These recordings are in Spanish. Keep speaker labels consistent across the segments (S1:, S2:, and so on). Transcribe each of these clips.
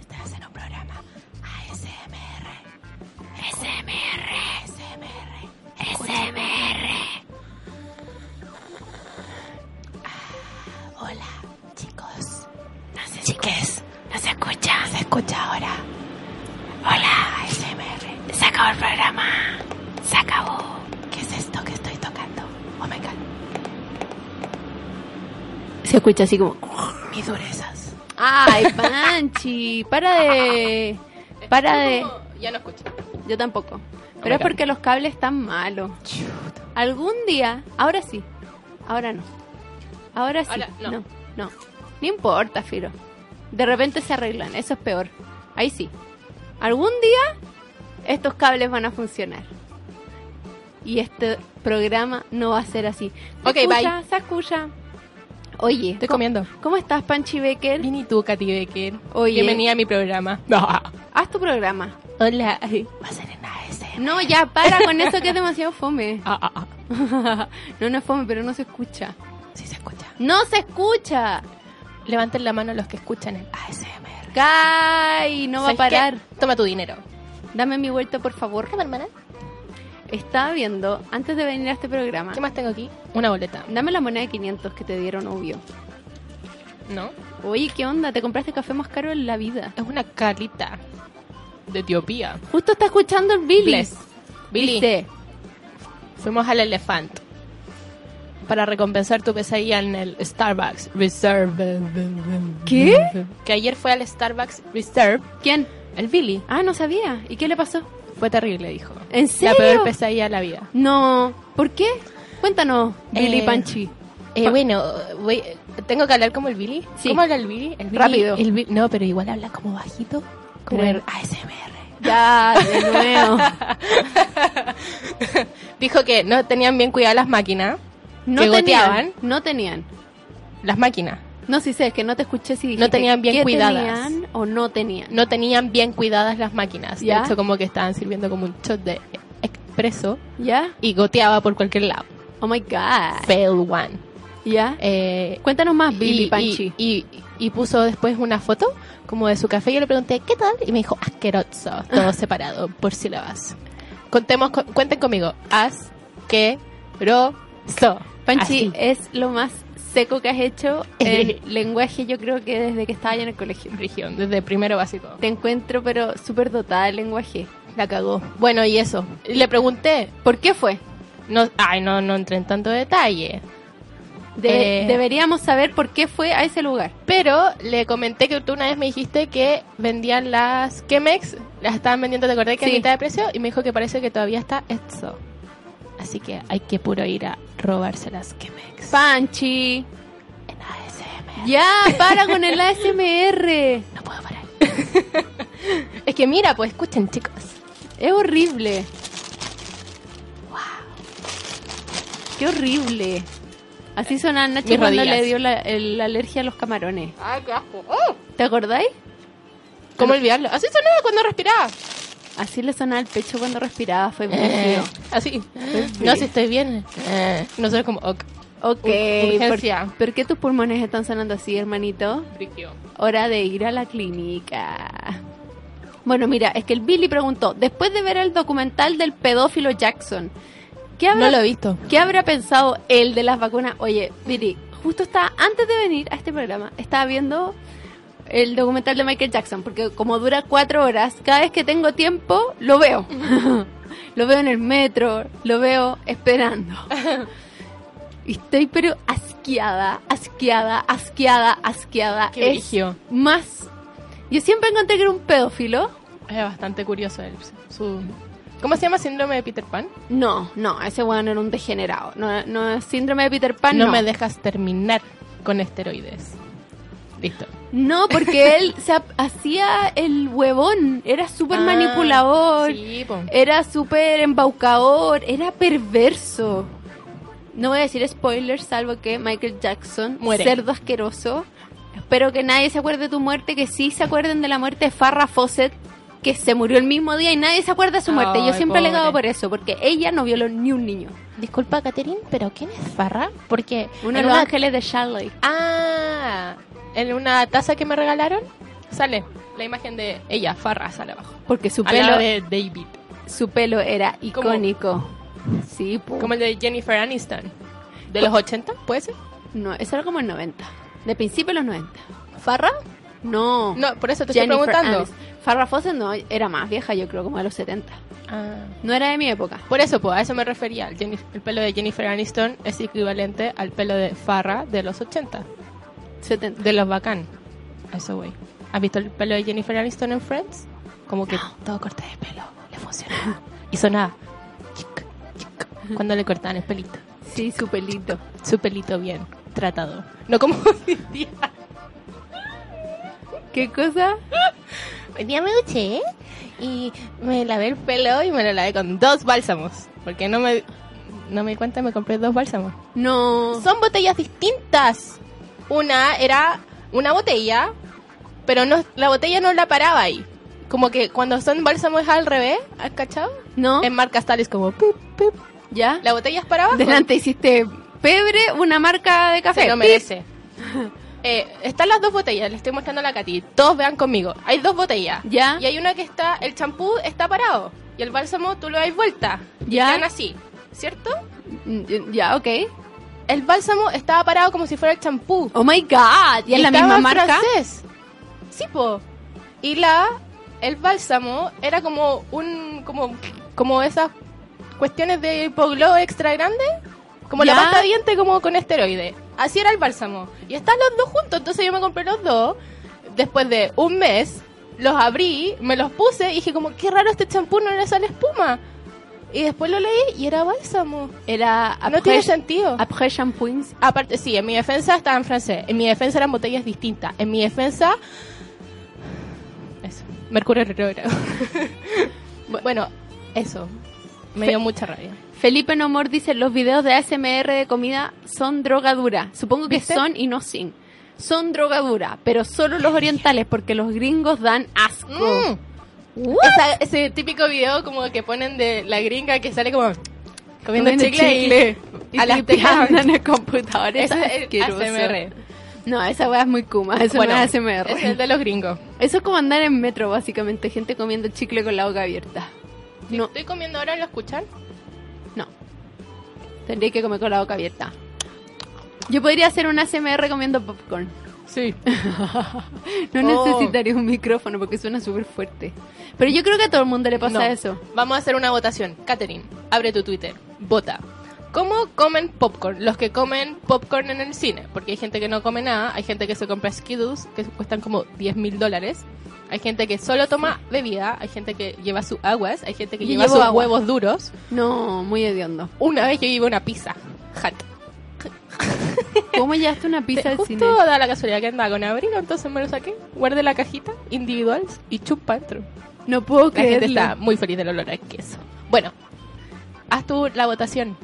S1: Estás en un programa ASMR. SMR. SMR. SMR. Ah, hola, chicos. No se Chiques, no se escucha. se escucha ahora. Hola, ASMR. Se acabó el programa. Se acabó. ¿Qué es esto que estoy tocando? Oh my god.
S2: Se escucha así como...
S1: Mis durezas.
S2: ¡Ay, Panchi! Para de... Para de...
S3: Ya no escucho.
S2: Yo tampoco. Pero
S3: Oh my
S2: es
S3: God.
S2: porque los cables están malos. Algún día... Ahora sí. Ahora no. Ahora sí.
S3: Ahora
S2: no.
S3: no.
S2: no. No. importa, Firo. De repente se arreglan. Eso es peor. Ahí sí. Algún día estos cables van a funcionar. Y este programa no va a ser así. Se
S3: Ok,
S2: escucha, Se escucha. Oye,
S3: Estoy
S2: ¿cómo-
S3: comiendo.
S2: ¿Cómo estás, Panchi Becker?
S3: Bien y tú, Katy Becker.
S2: Oye.
S3: Bienvenida a mi programa.
S2: Haz tu programa.
S3: Hola.
S1: Va a ser en ASMR.
S2: No, ya, para con eso que es demasiado fome.
S3: Ah, ah, ah.
S2: no, no es fome, pero no se escucha.
S1: Sí se escucha.
S2: ¡No se escucha!
S3: Levanten la mano los que escuchan el
S1: ASMR.
S2: ¡Cay! No va a
S3: ¿Sabes qué?
S2: parar.
S3: Toma tu dinero.
S2: Dame mi vuelta, por favor. Estaba viendo, antes de venir a este programa,
S3: ¿Qué más tengo aquí? Una boleta.
S2: dame la moneda de 500 que te dieron, obvio.
S3: ¿No?
S2: Oye, ¿qué onda? Te compraste café más caro en la vida.
S3: Es una carita de Etiopía.
S2: Justo está escuchando el Billy.
S3: Bless. Billy,
S2: Dice,
S3: fuimos al elefante para recompensar tu pesadilla en el Starbucks Reserve.
S2: ¿Qué?
S3: Que ayer fue al Starbucks Reserve
S2: ¿Quién?
S3: Mm. el Billy.
S2: Ah, no sabía. ¿Y qué le pasó?
S3: Fue terrible, dijo.
S2: ¿En
S3: La
S2: serio?
S3: peor pesadilla de la vida.
S2: No, ¿por qué? Cuéntanos, Billy
S3: Eh,
S2: Panchi.
S3: Eh, bueno, voy- tengo que hablar como el Billy.
S2: Sí.
S3: ¿Cómo habla el Billy? El Billy-
S2: Rápido.
S3: el Bi- no, pero igual habla como bajito. Como
S2: Pero-
S3: el ASMR.
S2: Ya, de nuevo.
S3: Dijo que no tenían bien cuidadas las máquinas.
S2: No
S3: que
S2: tenían,
S3: goteaban.
S2: No tenían.
S3: Las máquinas.
S2: No, sí sé, es que no te escuché si dijiste
S3: No tenían bien
S2: qué
S3: cuidadas.
S2: tenían o no tenían.
S3: No tenían bien cuidadas las máquinas.
S2: ¿Ya?
S3: De hecho, como que estaban sirviendo como un shot de expreso
S2: ¿Ya?
S3: y goteaba por cualquier lado.
S2: Oh my God.
S3: Fail one.
S2: ¿Ya?
S3: Eh,
S2: Cuéntanos más, Billy
S3: y,
S2: Panchi.
S3: Y, y- y puso después una foto como de su café. y Yo le pregunté, ¿qué tal? Y me dijo, asqueroso. Todo separado, por sílabas. Contemos, co- cuenten conmigo. Asqueroso.
S2: Panchi,
S3: Así.
S2: es lo más seco que has hecho en lenguaje, yo creo que desde que estaba yo en el colegio.
S3: Región, desde primero básico.
S2: Te encuentro, pero súper dotada de lenguaje.
S3: La cagó. Bueno, y eso. Le pregunté.
S2: ¿Por qué fue?
S3: No, ay, no, no entré en tanto detalle.
S2: De-
S3: Eh.
S2: Deberíamos saber por qué fue a ese lugar.
S3: Pero le comenté que tú una vez me dijiste que vendían las Chemex, las estaban vendiendo, te acordé que
S2: Sí.
S3: a mitad de precio, y me dijo que parece que todavía está eso. Así que hay que puro ir a robarse las Chemex.
S2: Panchi.
S3: En ASMR.
S2: Ya, para con el ASMR.
S3: No puedo parar. es que mira, pues escuchen, chicos.
S2: Es horrible. Qué horrible. Así sonaba Nacho
S3: Mis
S2: cuando
S3: rodillas.
S2: le dio la, el- la alergia a los camarones.
S3: Ah, qué asco.
S2: ¿Te acordáis?
S3: ¿Cómo olvidarlo? Así sonaba cuando respiraba.
S2: Así le sonaba el pecho cuando respiraba. Fue muy feo.
S3: Así. Eh. No, si estoy bien. No soy como. ok.
S2: Ok.
S3: Ur- urgencia.
S2: ¿por, por qué tus pulmones están sonando así, hermanito? Hora de ir a la clínica. Bueno, mira, es que el Billy preguntó, después de ver el documental del pedófilo Jackson, ¿qué habrá
S3: No lo he visto.
S2: ¿Qué habrá pensado él de las vacunas? Oye, Billy, justo estaba, antes de venir a este programa, estaba viendo el documental de Michael Jackson, porque como dura cuatro horas, cada vez que tengo tiempo, lo veo. lo veo en el metro, lo veo esperando. Y estoy pero asqueada, asqueada, asqueada, asqueada.
S3: Qué
S2: Es
S3: brígido.
S2: más... Yo siempre encontré que era un pedófilo.
S3: Es bastante curioso el- su... ¿Cómo se llama síndrome de Peter Pan?
S2: No, no, ese weón era un degenerado. No, no es síndrome de Peter Pan.
S3: no,
S2: No,
S3: me dejas terminar con esteroides. Listo.
S2: no porque él se ha- hacía el huevón. Era súper
S3: Ah,
S2: manipulador.
S3: Sí, po.
S2: Era súper embaucador, era perverso. No voy a decir spoilers, salvo que Michael Jackson,
S3: Muere.
S2: cerdo asqueroso. Espero que nadie se acuerde de tu muerte, que sí se acuerden de la muerte de Farrah Fawcett, que se murió el mismo día y nadie se acuerda de su muerte. Yo
S3: Ay,
S2: siempre he alegado
S3: pobre.
S2: por eso, porque ella no violó ni un niño.
S3: Disculpa, Catherine, pero ¿quién es Farra? Porque
S2: Uno de
S3: en
S2: los
S3: una-
S2: ángeles de Charlie.
S3: Ah, en una taza que me regalaron sale la imagen de ella, Farra, sale abajo.
S2: Porque su
S3: Al lado
S2: pelo,
S3: de David,
S2: su pelo era
S3: Como-
S2: icónico. Sí, po.
S3: como el de Jennifer Aniston. ¿De los 80? ¿Puede ser?
S2: No, eso era como el 90. De principio de los 90.
S3: ¿Farra?
S2: No.
S3: No, por eso te
S2: Jennifer
S3: estoy preguntando.
S2: Aniston. Farrah Fawcett no, era más vieja, yo creo, como de los 70.
S3: Ah.
S2: No era de mi época.
S3: Por eso, pues, a eso me refería. El, Jenni- el pelo de Jennifer Aniston es equivalente al pelo de Farra de los 80,
S2: 70.
S3: de los bacán. A Eso, güey. ¿Has visto el pelo de Jennifer Aniston en Friends? Como que todo corte de pelo le funcionaba. y sonaba. chic, chic, Cuando le cortaban el pelito.
S2: Sí, su pelito.
S3: Su pelito bien tratado. No como hoy día.
S2: ¿Qué cosa?
S3: Hoy día me duché y me lavé el pelo y me lo lavé con dos bálsamos. Porque no me, no me di cuenta, me compré dos bálsamos.
S2: No.
S3: Son botellas distintas. Una era una botella, pero no la botella no la paraba ahí. Como que cuando son bálsamos es al revés, ¿has cachado?
S2: ¿No?
S3: En marcas tales como pip, pip.
S2: ¿Ya?
S3: Em, La botella es para abajo.
S2: Delante hiciste pebre, una marca de café.
S3: Se lo
S2: Pi.
S3: merece. Eh, están las dos botellas, le estoy mostrando a la Katy. Todos vean conmigo. Hay dos botellas.
S2: Ya.
S3: Y hay una que está, el champú está parado. Y el bálsamo tú lo das vuelta. Y
S2: Ya.
S3: quedan así, ¿cierto?
S2: Mm, Ya, ok.
S3: El bálsamo estaba parado como si fuera el champú.
S2: Oh my god. ¿Y es la
S3: estaba
S2: misma
S3: en
S2: marca?
S3: francés. Sí, po. Y la, el bálsamo era como un, como, como esas cuestiones de hipoglow extra grande. Como
S2: Ya.
S3: la pasta de diente como con esteroide. Así era el bálsamo. Y están los dos juntos, entonces yo me compré los dos. Después de un mes, los abrí, me los puse y dije como, qué raro este champú, no le sale espuma. Y después lo leí y era bálsamo.
S2: Era
S3: no tiene
S2: après,
S3: sentido.
S2: après shampoings.
S3: Aparte, sí, en mi defensa estaba en francés. En mi defensa eran botellas distintas. En mi defensa. Eso. Mercurio retrógrado. bueno, eso. Me dio mucha rabia.
S2: Felipe No More dice, los videos de ASMR de comida son drogadura. Supongo que
S3: ¿Viste?
S2: son y no sin. Son drogadura, pero solo los orientales, porque los gringos dan asco.
S3: Mm. Esa- ese típico video como que ponen de la gringa que sale como comiendo
S2: Comiendo
S3: chicle, y le-
S2: Y
S3: a las tejas.
S2: en el computador.
S3: Eso
S2: es
S3: es
S2: asqueroso.
S3: ASMR.
S2: No, esa weá es muy kuma. Eso
S3: Bueno,
S2: no es ASMR.
S3: Es el de los gringos.
S2: Eso es como andar en metro, básicamente. Gente comiendo chicle con la boca abierta. No,
S3: Estoy comiendo ahora, ¿lo escuchan?
S2: no. Tendría que comer con la boca abierta. Yo podría hacer un ASMR comiendo popcorn.
S3: Sí.
S2: No
S3: Oh.
S2: necesitaría un micrófono porque suena súper fuerte. Pero yo creo que a todo el mundo le pasa
S3: No.
S2: eso.
S3: Vamos a hacer una votación. Katherine, abre tu Twitter. Vota. ¿Cómo comen popcorn? Los que comen popcorn en el cine. Porque hay gente que no come nada. Hay gente que se compra Skittles, que cuestan como 10 mil dólares. Hay gente que solo toma bebida. Hay gente que lleva sus aguas. Hay gente que
S2: Yo
S3: lleva
S2: llevo
S3: sus
S2: agua.
S3: huevos duros.
S2: No, muy hediondo.
S3: Una vez yo llevé una pizza. Hat.
S2: ¿Cómo llevaste una pizza al
S3: Justo
S2: cine?
S3: da la casualidad que andaba con abril, entonces me lo saqué. Guardé la cajita individual y chupa dentro.
S2: No puedo
S3: La gente
S2: creerlo.
S3: está muy feliz del olor a queso. Bueno, haz tú la votación.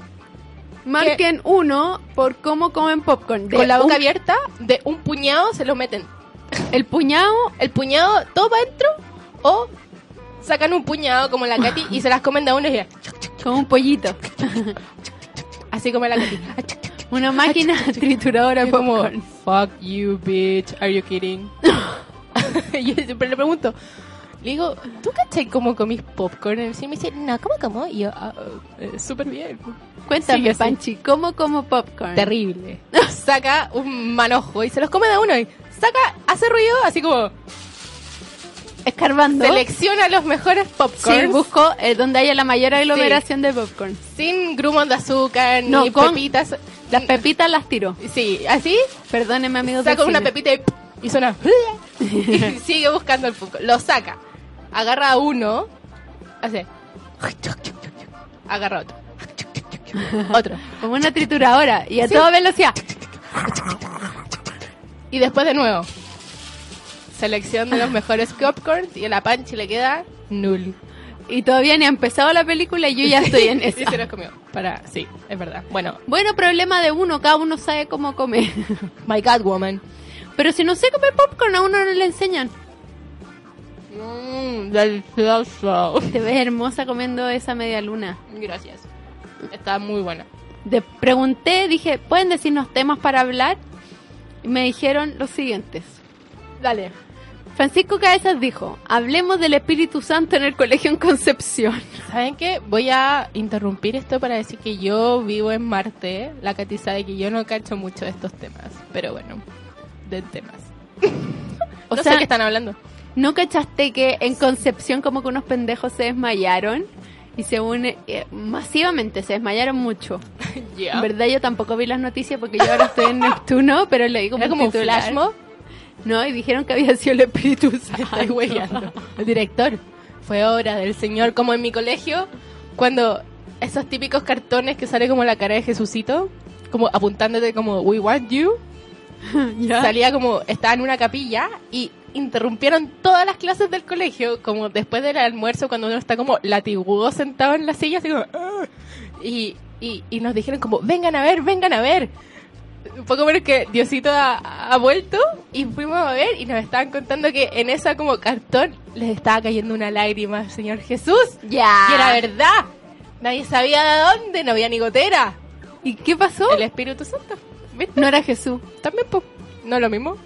S2: Marquen uno por cómo comen popcorn. De
S3: con la boca
S2: un-
S3: abierta, de un puñado se lo meten.
S2: El puñado
S3: El puñado todo para adentro o sacan un puñado como la Katy y se las comen de a uno y
S2: con un pollito.
S3: así come la Katy.
S2: Una máquina trituradora de
S3: Y como,
S2: popcorn.
S3: fuck you, bitch, are you kidding? Yo siempre le pregunto, le digo, ¿tú cachai cómo comís popcorn? Y me dice, no, ¿cómo como? Y yo, "Ah, eh, súper bien.
S2: Cuéntame,
S3: Sigue así.
S2: Panchi, ¿cómo como popcorn?
S3: Terrible. Saca un manojo y se los come de a uno y saca, hace ruido así como...
S2: escarbando.
S3: Selecciona los mejores popcorns
S2: Sí, busco eh, donde haya la mayor aglomeración de popcorn.
S3: sin grumos de azúcar
S2: No,
S3: ni
S2: con-
S3: pepitas.
S2: Las pepitas las tiro.
S3: Sí, así
S2: Perdóneme, amigos.
S3: saca
S2: del
S3: una
S2: cine.
S3: pepita y, ¡pum! y suena. y sigue buscando el popcorn. Lo saca. Agarra a uno. Hace. Agarra otro. Otro.
S2: Como una trituradora y a
S3: Sí.
S2: toda velocidad.
S3: Y después de nuevo. Selección de los mejores popcorns y a la panchi le queda null.
S2: Y todavía ni ha empezado la película y yo ya estoy en
S3: Y
S2: eso.
S3: se los comió. Para, sí, es verdad. Bueno,
S2: Bueno, problema de uno, cada uno sabe cómo comer.
S3: My God Woman.
S2: Pero si no sé comer popcorn, a uno no le enseñan.
S3: Mmm, delicioso.
S2: Te ves hermosa comiendo esa media luna.
S3: Gracias. Está muy buena.
S2: De- pregunté, dije, ¿pueden decirnos temas para hablar? Y me dijeron los siguientes.
S3: Dale.
S2: Francisco Cabezas dijo, hablemos del Espíritu Santo en el colegio en Concepción.
S3: ¿Saben qué? Voy a interrumpir esto para decir que yo vivo en Marte. La Katy sabe que yo no cacho mucho de estos temas. Pero bueno, de temas.
S2: O
S3: no
S2: sea-
S3: sé qué están hablando.
S2: ¿No cachaste que en Concepción como que unos pendejos se desmayaron? Y según eh, masivamente se desmayaron mucho. En verdad yo tampoco vi las noticias porque yo ahora estoy en Neptuno, pero leí como,
S3: Era como un
S2: titular.
S3: flash mob.
S2: No, y dijeron que había sido el Espíritu Santo.
S3: Estoy huellando. El director. Fue obra del señor, como en mi colegio, cuando esos típicos cartones que sale como la cara de Jesucito, como apuntándote como We want you, salía como estaba en una capilla y interrumpieron todas las clases del colegio, como después del almuerzo cuando uno está como latigudo sentado en la silla, así como "Ah", y, y, y nos dijeron como vengan a ver, vengan a ver. Un poco menos que Diosito ha, ha vuelto y fuimos a ver y nos estaban contando que en esa como cartón les estaba cayendo una lágrima al Señor Jesús.
S2: Ya.
S3: Y era verdad. Nadie sabía de dónde, no había ni gotera.
S2: ¿Y qué pasó?
S3: El Espíritu Santo. ¿Viste?
S2: Oh. No era Jesús.
S3: También, pues, no es lo mismo.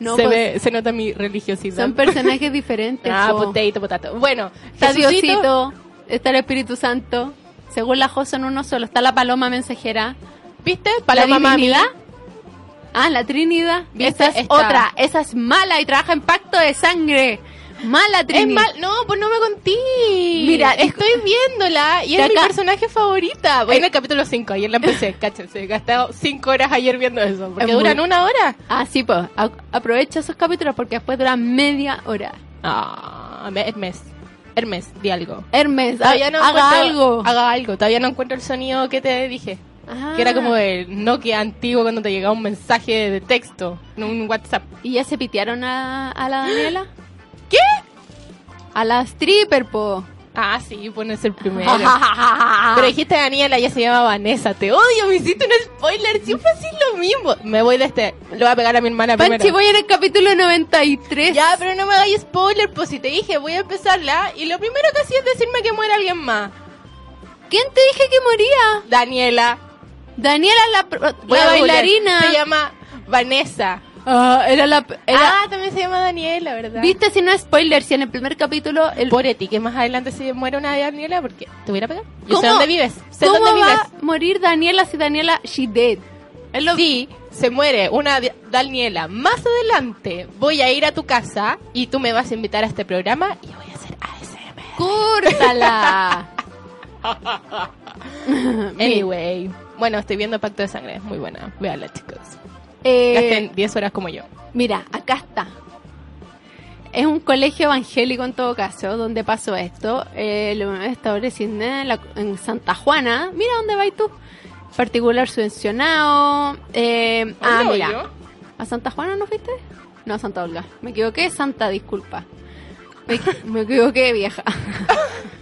S2: No,
S3: se,
S2: pues,
S3: ve- se nota mi religiosidad.
S2: son personajes diferentes.
S3: Ah,
S2: po.
S3: potato, potato. Bueno,
S2: Está
S3: Jesucito-
S2: Diosito, está el Espíritu Santo. Según la Josa en uno solo, está la paloma mensajera.
S3: ¿Viste? Paloma
S2: la
S3: Mami.
S2: divinidad. Ah, la Trinidad.
S3: ¿Viste?
S2: Esa es
S3: Está.
S2: otra. Esa es mala y trabaja en pacto de sangre. Mala
S3: Es
S2: Trinidad.
S3: mal, no, pues no me contí.
S2: Mira,
S3: estoy viéndola y es mi
S2: Caca.
S3: personaje favorita. Voy en el capítulo 5, ayer la empecé, cáchense. He gastado 5 horas ayer viendo eso, porque
S2: Es muy-
S3: duran una hora.
S2: Ah, sí, pues. a- Aprovecha esos capítulos porque después dura media hora.
S3: Ah, me- Hermes. Hermes, di algo.
S2: Hermes,
S3: Ah, Todavía no pues,
S2: haga
S3: encuentro-
S2: algo.
S3: Haga algo. Todavía no encuentro el sonido que te dije.
S2: Ah.
S3: Que era como el Nokia antiguo cuando te llegaba un mensaje de texto, en un WhatsApp.
S2: ¿Y ya se pitearon a, a la Daniela? ¿Qué? A la stripper, po.
S3: Ah, sí, pones el primero. Pero dijiste Daniela, ya se llama Vanessa. Te odio, me hiciste un spoiler. Siempre así lo mismo. Me voy de este. Lo voy a pegar a mi hermana
S2: Panchi,
S3: primero.
S2: voy en el capítulo 93.
S3: Ya, pero no me hagáis spoiler, pues si te dije, voy a empezarla. Y lo primero que hacía es decirme que muera alguien más.
S2: ¿Quién te dije que moría?
S3: Daniela.
S2: Daniela, la, pro-
S3: Voy
S2: la
S3: a googlear.
S2: bailarina.
S3: Se llama Vanessa.
S2: Ah, era la... era-
S3: Ah, también se llama Daniela, ¿verdad?
S2: Viste, si no es spoiler, si en el primer capítulo... El...
S3: Pobre ti, que más adelante se muera una Daniela, porque te voy a pegar. Yo sé
S2: ¿Cómo?
S3: dónde vives. Sé
S2: ¿Cómo
S3: dónde
S2: va
S3: vives.
S2: a morir Daniela si Daniela... She dead. Es lo-
S3: Sí, se muere una Di- Daniela. Más adelante voy a ir a tu casa y tú me vas a invitar a este programa y voy a hacer ASMR.
S2: ¡Córtala! Ah,
S3: Anyway. Bueno, estoy viendo Pacto de Sangre, es muy buena. Véanla, chicos.
S2: Eh,
S3: Gasten 10 horas como yo.
S2: Mira, acá está. Es un colegio evangélico en todo caso, donde pasó esto. Eh, lo establecen en, la- en Santa Juana. Mira dónde vas tú. Particular subvencionado. eh, ah,
S3: ¿Dónde voy
S2: mira.
S3: yo?
S2: ¿A Santa Juana no fuiste? No, a Santa Olga. Me equivoqué, Santa, disculpa. Me, me equivoqué, vieja.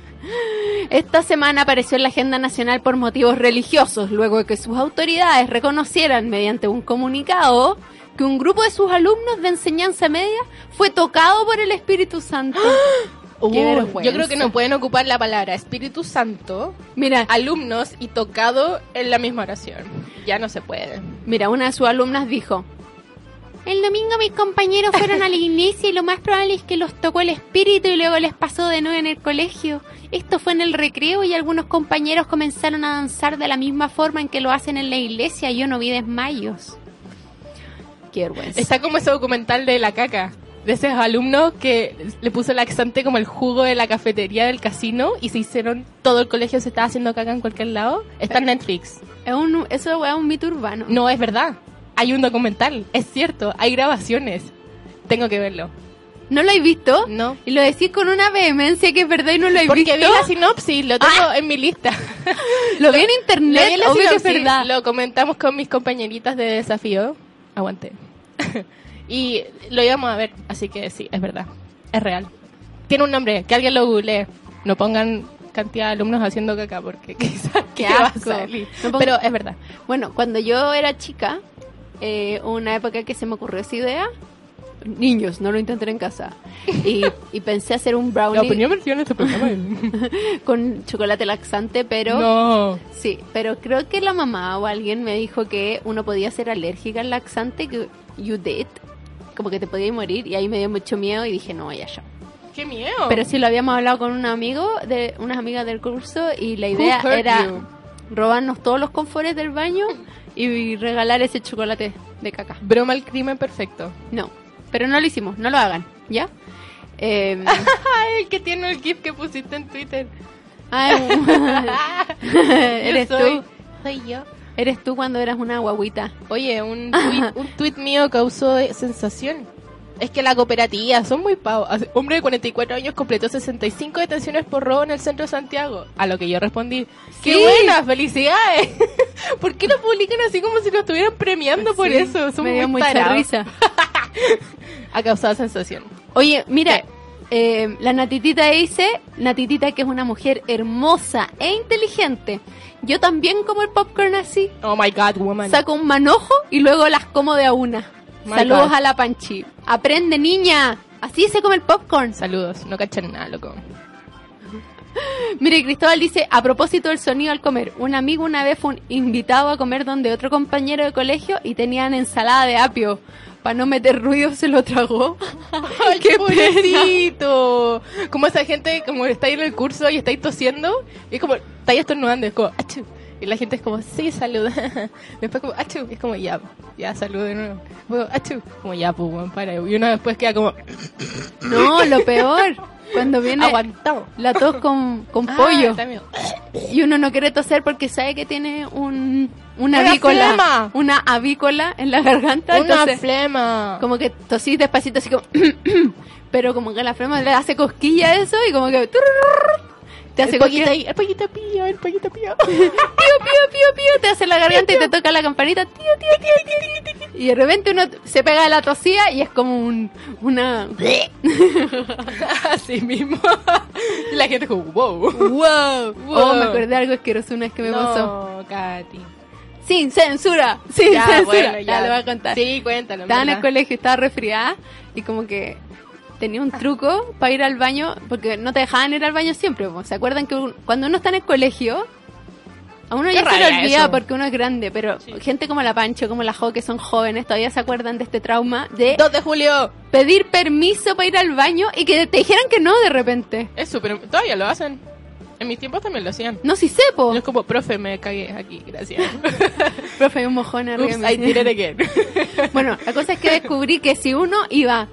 S2: Esta semana apareció en la agenda nacional por motivos religiosos, luego de que sus autoridades reconocieran mediante un comunicado que un grupo de sus alumnos de enseñanza media fue tocado por el Espíritu Santo. Qué
S3: Uh,
S2: vergüenza.
S3: yo creo que no pueden ocupar la palabra Espíritu Santo,
S2: Mira,
S3: alumnos y tocado en la misma oración. Ya no se puede.
S2: Mira, una de sus alumnas dijo: El domingo mis compañeros fueron a la iglesia y lo más probable es que los tocó el espíritu y luego les pasó de nuevo en el colegio. Esto fue en el recreo y algunos compañeros comenzaron a danzar de la misma forma en que lo hacen en la iglesia. Yo no vi desmayos. Qué vergüenza.
S3: Está como ese documental de la caca. de esos alumnos que le puso laxante como el jugo de la cafetería del casino y se hicieron todo el colegio se estaba haciendo caca en cualquier lado. Está en Netflix.
S2: Es un, eso es un mito urbano.
S3: No es verdad. Hay un documental, es cierto, hay grabaciones. Tengo que verlo.
S2: ¿No lo he visto?
S3: No.
S2: Y lo decís con una vehemencia que es verdad y no lo he
S3: Porque
S2: visto. Ah.
S3: vi la sinopsis, lo tengo en mi lista.
S2: lo vi en internet,
S3: Lo vi en la
S2: obvio que es
S3: sinopsis,
S2: verdad.
S3: Lo comentamos con mis compañeritas de desafío. Aguante. y lo íbamos a ver, así que sí, es verdad. Es real. Tiene un nombre, que alguien lo googlee. No pongan cantidad de alumnos haciendo caca porque quizás
S2: Qué
S3: que va a
S2: asco.
S3: salir.
S2: No pongan-
S3: Pero es verdad.
S2: Bueno, cuando yo era chica, eh, una época que se me ocurrió esa idea, niños, no lo intenten en casa. Y, y pensé hacer un
S3: La
S2: brownie
S3: opinión vertió en este programa. es-
S2: con chocolate laxante, pero
S3: No.
S2: sí, pero creo que la mamá o alguien me dijo que uno podía ser alérgica al laxante que you did, como que te podías morir y ahí me dio mucho miedo y dije, "No, ya ya."
S3: Qué miedo.
S2: Pero sí lo habíamos hablado con un amigo de unas amigas del curso y la idea
S3: hurt
S2: era
S3: you?
S2: robarnos todos los confores del baño y regalar ese chocolate de caca.
S3: Broma el crimen perfecto.
S2: No, pero no lo hicimos, no lo hagan, ¿ya? Eh,
S3: Ay, el que tiene el GIF que pusiste en Twitter.
S2: ah, eres
S3: Yo soy-
S2: tú,
S3: Soy yo.
S2: eres tú cuando eras una guaguita.
S3: Oye, un tweet, un tuit mío causó sensación. Es que la cooperativa son muy pavos. Hace- Hombre de 44 años completó 65 detenciones por robo en el centro de Santiago. A lo que yo respondí, ¡qué
S2: Sí.
S3: buena! ¡Felicidades! ¿Por qué lo publican así como si lo estuvieran premiando por
S2: Sí,
S3: eso? Son
S2: me dio
S3: muy
S2: mucha
S3: tarados.
S2: risa.
S3: Ha causado sensación.
S2: Oye, mira, eh, la Natitita dice, Natitita que es una mujer hermosa e inteligente. Yo también como el popcorn así,
S3: Oh my god, woman.
S2: saco un manojo y luego las como de a una.
S3: My
S2: Saludos
S3: God.
S2: a la Panchi. Aprende, niña. Así se come el popcorn.
S3: Saludos, no cachan nada, loco.
S2: Mire, Cristóbal dice, a propósito del sonido al comer, un amigo una vez fue un- invitado a comer donde otro compañero de colegio y tenían ensalada de apio. Para no meter ruido se lo tragó.
S3: ¡Ay, qué pobrecito! Como esa gente, como estáis en el curso y estáis tosiendo, y es como, estáis estornudando, es como, ¡achu! Y la gente es como, sí, saluda. Después como, ¡achu! Y es como, ya, po, ya, salud de nuevo. Luego, ¡achu! Como, ya, pues, weón, para. Y uno después queda como,
S2: No, lo peor, cuando viene
S3: aguantado.
S2: la tos con, con
S3: Ah,
S2: pollo
S3: también.
S2: y uno no quiere toser porque sabe que tiene un, una,
S3: Una
S2: avícola,
S3: flema.
S2: una avícola en la garganta.
S3: Una
S2: entonces-
S3: flema.
S2: como que tosí despacito así como pero como que la flema le hace cosquilla a eso y como que te hace
S3: el pollito
S2: cosquilla
S3: ahí, el pollito pío, el pollito pío.
S2: pío pío pío pío te hace la garganta y te toca la campanita tío tío tío tío, tío, tío. y de repente uno se pega a la tosía y es como un una
S3: Así mismo. y la gente como, wow.
S2: wow,
S3: wow.
S2: Oh, me acordé algo asqueroso una vez que me pasó
S3: No, Katy.
S2: sin censura sin
S3: Ya,
S2: censura
S3: bueno,
S2: ya. lo voy a contar
S3: Sí, cuéntalo. en
S2: Estaba en el
S3: verdad.
S2: colegio, estaba resfriada y como que tenía
S3: Ah.
S2: un truco para ir al baño, porque no te dejaban ir al baño siempre. po. ¿Se acuerdan que un- cuando uno está en el colegio, a uno
S3: Qué
S2: ya se le
S3: rabia
S2: olvida
S3: eso.
S2: porque uno es grande, pero gente como la Pancho, como la Jo, que son jóvenes, todavía se acuerdan de este trauma de
S3: 2 de julio.
S2: pedir permiso para ir al baño y que te dijeran que no de repente.
S3: Es súper. Todavía lo hacen. En mis tiempos también lo hacían.
S2: No, si sepo.
S3: Yo es como, profe, me cagué aquí, gracias.
S2: Profe, hay un mojón arriba.
S3: Oops,
S2: de
S3: I
S2: mí.
S3: did it again.
S2: Bueno, la cosa es que descubrí que si uno iba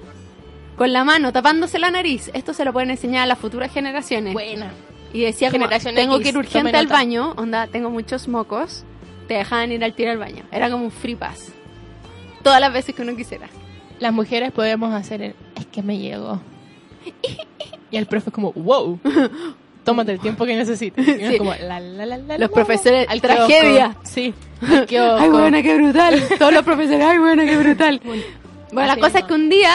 S2: con la mano tapándose la nariz, esto se lo pueden enseñar a las futuras generaciones.
S3: Buena.
S2: Y decía como,
S3: Generación
S2: tengo
S3: X,
S2: que ir urgente
S3: tome
S2: al
S3: nota.
S2: baño, onda, tengo muchos mocos, te dejaban ir al tiro al baño. Era como un free pass. Todas las veces que uno quisiera.
S3: Las mujeres podemos hacer el. Es que me llegó. Y el profe, es como, wow. Tómate el tiempo que necesites. Y uno es
S2: Sí.
S3: como, la, la, la, la,
S2: Los
S3: la,
S2: profesores,
S3: la. Al
S2: tragedia.
S3: kiosco. Sí. Al kiosco.
S2: ¡Ay, buena, qué brutal! Todos los profesores, ¡ay, buena, qué brutal! Bueno, la
S3: Así
S2: cosa es
S3: mismo.
S2: que un día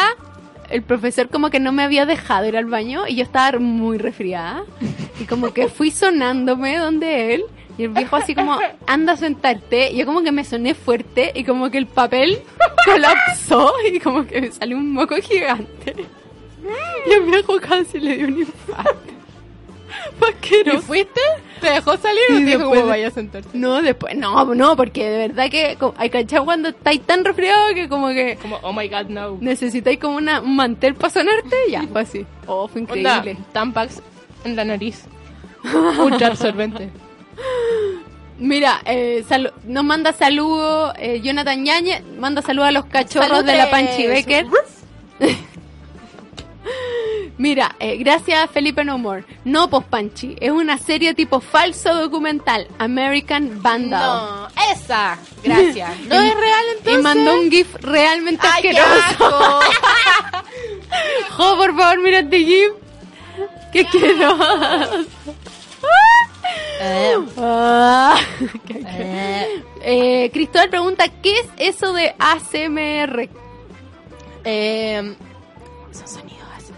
S2: el profesor como que no me había dejado ir al baño y yo estaba muy resfriada y como que fui sonándome donde él y el viejo así como, anda a sentarte. Y yo como que me soné fuerte y como que el papel colapsó y como que me salió un moco gigante. Y el viejo casi le dio un infarno. Fue
S3: ¿Y
S2: asqueroso.
S3: fuiste? ¿Te dejó salir
S2: Y
S3: o te dijo
S2: después
S3: como
S2: de-
S3: vaya a sentarte?
S2: No, después, no, no, porque de verdad que co- hay cachado cuando estáis tan resfriado que como que
S3: Como, oh my god, no.
S2: necesitáis como una, un mantel para sonarte, ya, fue así. Oh, fue
S3: Onda,
S2: increíble.
S3: Tampax en la nariz. Ultra absorbente.
S2: Mira, eh, salu- nos manda saludo eh, Jonathan Yañez, manda saludo a los cachorros de
S3: Saludes.
S2: la Panchi Becker. Mira, eh, gracias a Felipe No More. No, pues Panchi, es una serie tipo falso documental, American Vandal.
S3: No, esa. Gracias. No es real entonces.
S2: Y mandó un GIF realmente
S3: Ay, qué
S2: asqueroso.
S3: asco.
S2: Jo, por favor, mira este GIF. Qué asqueroso.
S3: Eh,
S2: Ah, qué asqueroso. Eh, Cristóbal pregunta, ¿qué es eso de ACMR?
S3: Eh,
S1: Son sonidos así.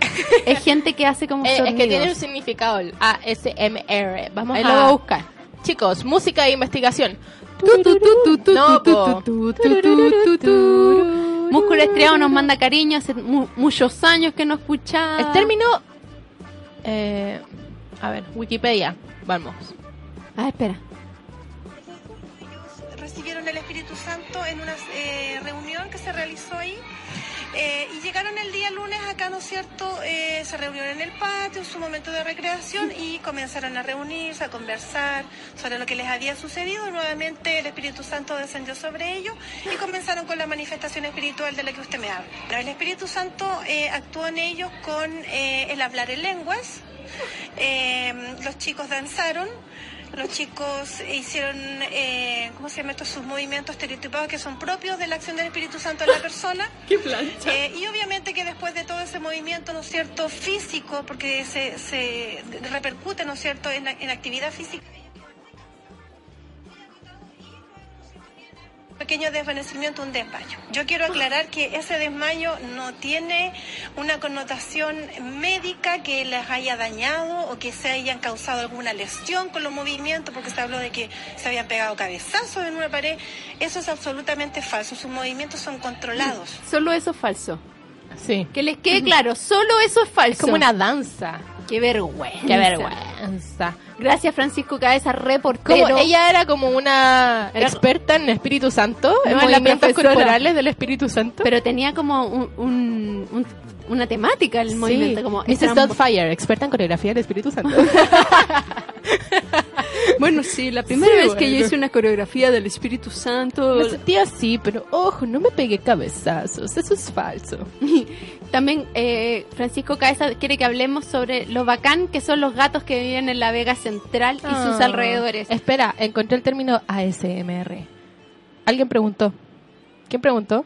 S2: Es gente que hace como
S3: eh, es que
S2: sonidos.
S3: tiene un significado. el ASMR. Vamos
S2: Ahí
S3: a
S2: lo voy a buscar.
S3: Chicos, música e investigación. No, po.
S2: Músculo estriado nos manda cariño, hace mu- muchos años que no escuchaba.
S3: El término. eh, a ver, Wikipedia. Vamos.
S2: Ah, espera.
S4: ellos recibieron el Espíritu Santo en una eh, reunión que se realizó ahí. eh, y llegaron el día lunes acá, ¿no es cierto? Eh, se reunieron en el patio, en su momento de recreación, y comenzaron a reunirse, a conversar sobre lo que les había sucedido. Nuevamente el Espíritu Santo descendió sobre ellos y comenzaron con la manifestación espiritual de la que usted me habla. El Espíritu Santo eh, actuó en ellos con eh, el hablar en lenguas, eh, los chicos danzaron, los chicos hicieron, eh, ¿cómo se llama esto? Sus movimientos estereotipados que son propios de la acción del Espíritu Santo en la persona. Eh, y obviamente que después de todo ese movimiento, ¿no es cierto?, físico, porque se, se repercute, ¿no es cierto?, en, la- en actividad física. pequeño desvanecimiento, un desmayo. Yo quiero aclarar que ese desmayo no tiene una connotación médica que les haya dañado o que se hayan causado alguna lesión con los movimientos, porque se habló de que se habían pegado cabezazos en una pared. Eso es absolutamente falso. Sus movimientos son controlados.
S2: Solo eso es falso.
S3: Sí.
S2: Que les quede claro, solo eso es falso.
S3: Es como una danza.
S2: Qué vergüenza.
S3: Qué vergüenza.
S2: Gracias, Francisco Cabeza Re, por
S3: Como
S2: cómo ella...
S3: ella era como una
S2: Era-
S3: experta en Espíritu Santo, en
S2: No, en la
S3: movimientos
S2: profesora.
S3: corporales del Espíritu Santo.
S2: Pero tenía como un, un- un- una temática el
S3: Sí.
S2: movimiento. Como
S3: Mrs.
S2: estrambo-
S3: Doubtfire, experta en coreografía del Espíritu Santo.
S2: Bueno, sí, la primera
S3: Sí,
S2: vez que
S3: bueno.
S2: yo hice una coreografía del Espíritu Santo.
S3: me sentía así, pero ojo, no me pegué cabezazos, eso es falso.
S2: También eh, Francisco Caesa quiere que hablemos sobre lo bacán que son los gatos que viven en la Vega Central y sus
S3: Ah.
S2: alrededores.
S3: Espera, encontré el término ASMR. Alguien preguntó. ¿Quién preguntó?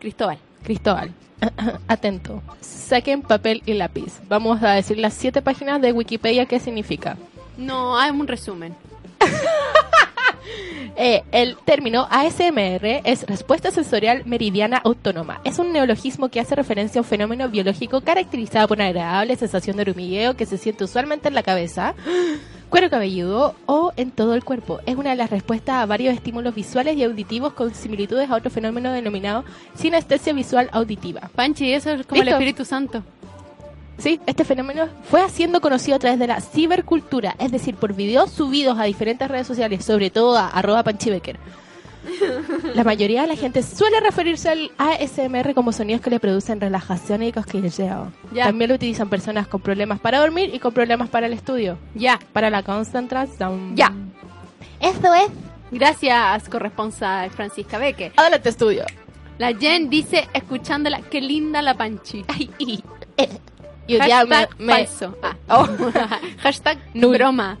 S2: Cristóbal.
S3: Cristóbal. Atento. Saquen papel y lápiz. Vamos a decir las siete páginas de Wikipedia qué significa.
S2: No, hay un resumen.
S3: Eh, el término ASMR es respuesta sensorial meridiana autónoma. Es un neologismo que hace referencia a un fenómeno biológico caracterizado por una agradable sensación de hormigueo que se siente usualmente en la cabeza, cuero cabelludo o en todo el cuerpo. Es una de las respuestas a varios estímulos visuales y auditivos con similitudes a otro fenómeno denominado sinestesia visual auditiva.
S2: Panchi, eso es como el
S3: Listo.
S2: Espíritu Santo.
S3: Sí, este fenómeno fue siendo conocido a través de la cibercultura, es decir, por videos subidos a diferentes redes sociales, sobre todo a arroba panchibecker. La mayoría de la gente suele referirse al ASMR como sonidos que le producen relajación y cosquilleo.
S2: Ya.
S3: También lo utilizan personas con problemas para dormir y con problemas para el estudio,
S2: Ya,
S3: para la concentración.
S2: ya.
S3: Eso es.
S2: Gracias, corresponsal Francisca Beque.
S3: Adelante, estudio.
S2: La Jen dice, escuchándola, qué linda la Panchi.
S3: Ay, y, eh, y hoy día me,
S2: Hashtag
S3: me-
S2: falso. Ah.
S3: Oh.
S2: Hashtag
S3: Null.
S2: broma.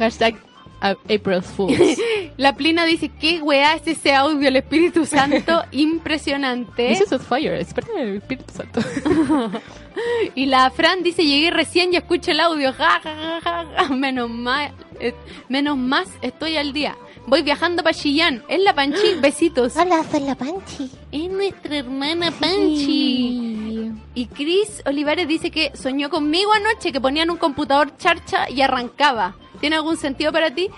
S3: Hashtag uh, April Fools.
S2: La Plina dice, qué weá es ese audio, el Espíritu Santo, impresionante.
S3: This is fire, experta en el Espíritu Santo.
S2: Y la Fran dice, llegué recién y escucho el audio. Ja, ja, ja, ja, ja. Menos más, eh, menos más estoy al día. Voy viajando para Chillán. Es la Panchi. Besitos.
S1: Hola, soy la Panchi.
S2: Es nuestra hermana Panchi. Y Chris Olivares dice que soñó conmigo anoche que ponían un computador charcha y arrancaba. ¿Tiene algún sentido para ti?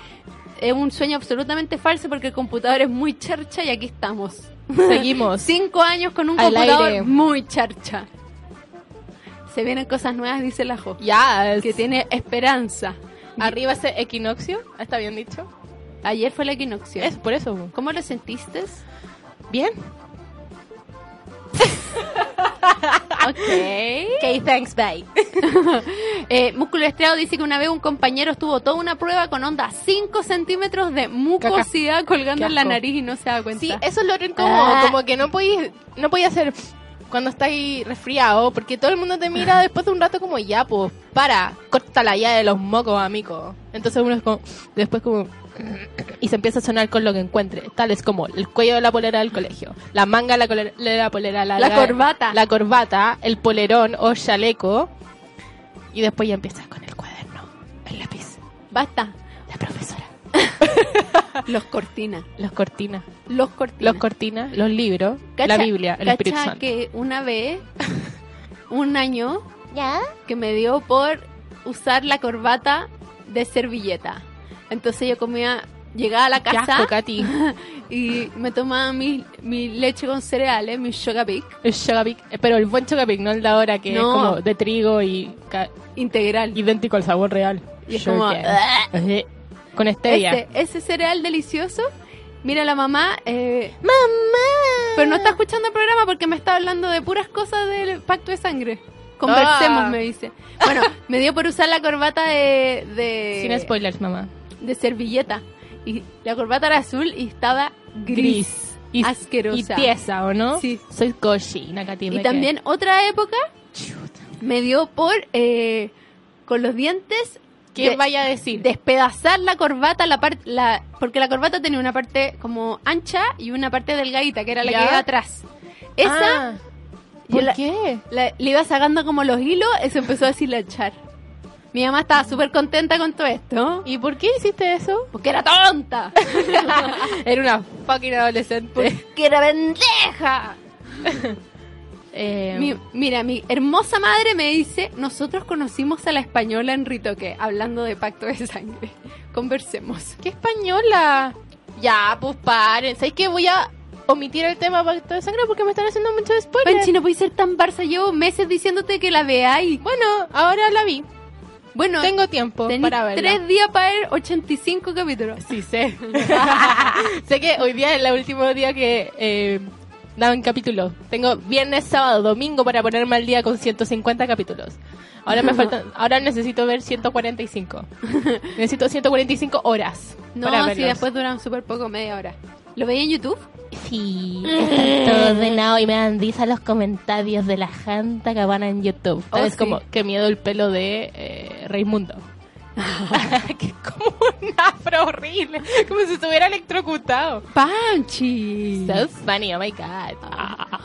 S2: Es un sueño absolutamente falso porque el computador es muy charcha y aquí estamos.
S3: Seguimos.
S2: Cinco años con un
S3: Al
S2: computador
S3: aire.
S2: muy charcha. Se vienen cosas nuevas, dice la Jo.
S3: Ya,
S2: Que tiene esperanza.
S3: arriba ese equinoccio, está bien dicho.
S2: Ayer fue la equinoccio.
S3: Es por eso.
S2: ¿Cómo lo sentiste?
S3: Bien.
S2: Ok.
S3: Ok, thanks, bye.
S2: Eh, Músculo Estrado dice que una vez un compañero estuvo toda una prueba con onda 5 centímetros de mucosidad
S3: Qué
S2: colgando en la
S3: asco.
S2: nariz y no se da cuenta.
S3: Sí, eso es lo otro incómodo,
S2: Ah.
S3: como que no podías no podía hacer cuando estáis resfriado, porque todo el mundo te mira
S2: Ah.
S3: después de un rato como ya, pues, para, córtala ya de los mocos, amigo. Entonces uno es como, después como, y se empieza a sonar con lo que encuentre, tales como el cuello de la polera del colegio, la manga de la, colera- de la polera larga,
S2: La corbata.
S3: la corbata, el polerón o chaleco, y después ya empiezas con el cuaderno, el lápiz,
S2: Basta.
S3: la profesora,
S2: Los cortinas.
S3: los cortinas,
S2: Los cortinas.
S3: los cortinas, los libros,
S2: Cacha-
S3: la Biblia, el
S2: cacha
S3: Espíritu Santo.
S2: que una vez, un año,
S1: ¿Ya?
S2: que me dio por usar la corbata de servilleta. Entonces yo comía, llegaba a la
S3: Qué
S2: casa
S3: asco, Katy.
S2: y me tomaba mi, mi leche con cereales, mi sugar Peak
S3: El chocapic, eh, pero el buen chocapic, no el de ahora que
S2: No.
S3: es como de trigo y ca-
S2: integral.
S3: idéntico al sabor real.
S2: Y es
S3: Sure
S2: como,
S3: can. Ajé. Con stevia.
S2: Ese, ese cereal delicioso. Mira la mamá. ¡Mamá! Pero no está escuchando el programa porque me está hablando de puras cosas del pacto de sangre. Conversemos,
S3: Ah.
S2: me dice. Bueno, me dio por usar la corbata de. de
S3: Sin spoilers, mamá.
S2: de servilleta. Y la corbata era azul y estaba gris.
S3: Gris. Y, y
S2: asquerosa.
S3: tiesa, ¿o no?
S2: Sí.
S3: Soy cochina, Katy.
S2: Y
S3: Becker.
S2: también otra época me dio por eh, con los dientes
S3: ¿Qué
S2: de-
S3: vaya a decir?
S2: despedazar la corbata, la parte, la, porque la corbata tenía una parte como ancha y una parte delgadita, que era la
S3: ¿Ya?
S2: que iba atrás. Esa
S3: Ah,
S2: yo
S3: ¿Por
S2: la-
S3: qué?
S2: la- le iba sacando como los hilos, eso empezó a deshilachar. Mi mamá estaba súper contenta con todo esto,
S3: ¿Y por qué hiciste eso?
S2: porque era tonta,
S3: Era una fucking adolescente.
S2: que era pendeja.
S3: Eh,
S2: Mi- mira, mi hermosa madre me dice, nosotros conocimos a la española en Ritoque, hablando de pacto de sangre. Conversemos.
S3: ¡Qué española! Ya, pues paren. ¿Sabes qué? Voy a omitir el tema pacto de sangre porque me están haciendo mucho spoilers.
S2: Panchi, no puedes ser tan barça, llevo meses diciéndote que la veáis.
S3: Bueno, ahora la vi.
S2: Bueno,
S3: Tengo tiempo
S2: Tenís
S3: para verla.
S2: tres días para ver 85 capítulos.
S3: Sí, sé. sé que hoy día es el último día que eh, daban capítulos. Tengo viernes, sábado, domingo para ponerme al día con 150 capítulos. Ahora me faltan, ahora necesito ver 145. necesito 145 horas
S2: No,
S3: para
S2: si
S3: verlos.
S2: después duran súper poco, media hora. ¿Lo veía en YouTube?
S3: Sí, está todo ordenado y me dan risa los comentarios de la janta que van en YouTube.
S2: Oh,
S3: es
S2: sí.
S3: como, qué miedo el pelo de eh, Raimundo. que es como un afro horrible, como si estuviera electrocutado.
S2: ¡Panchi!
S3: So funny, oh my god.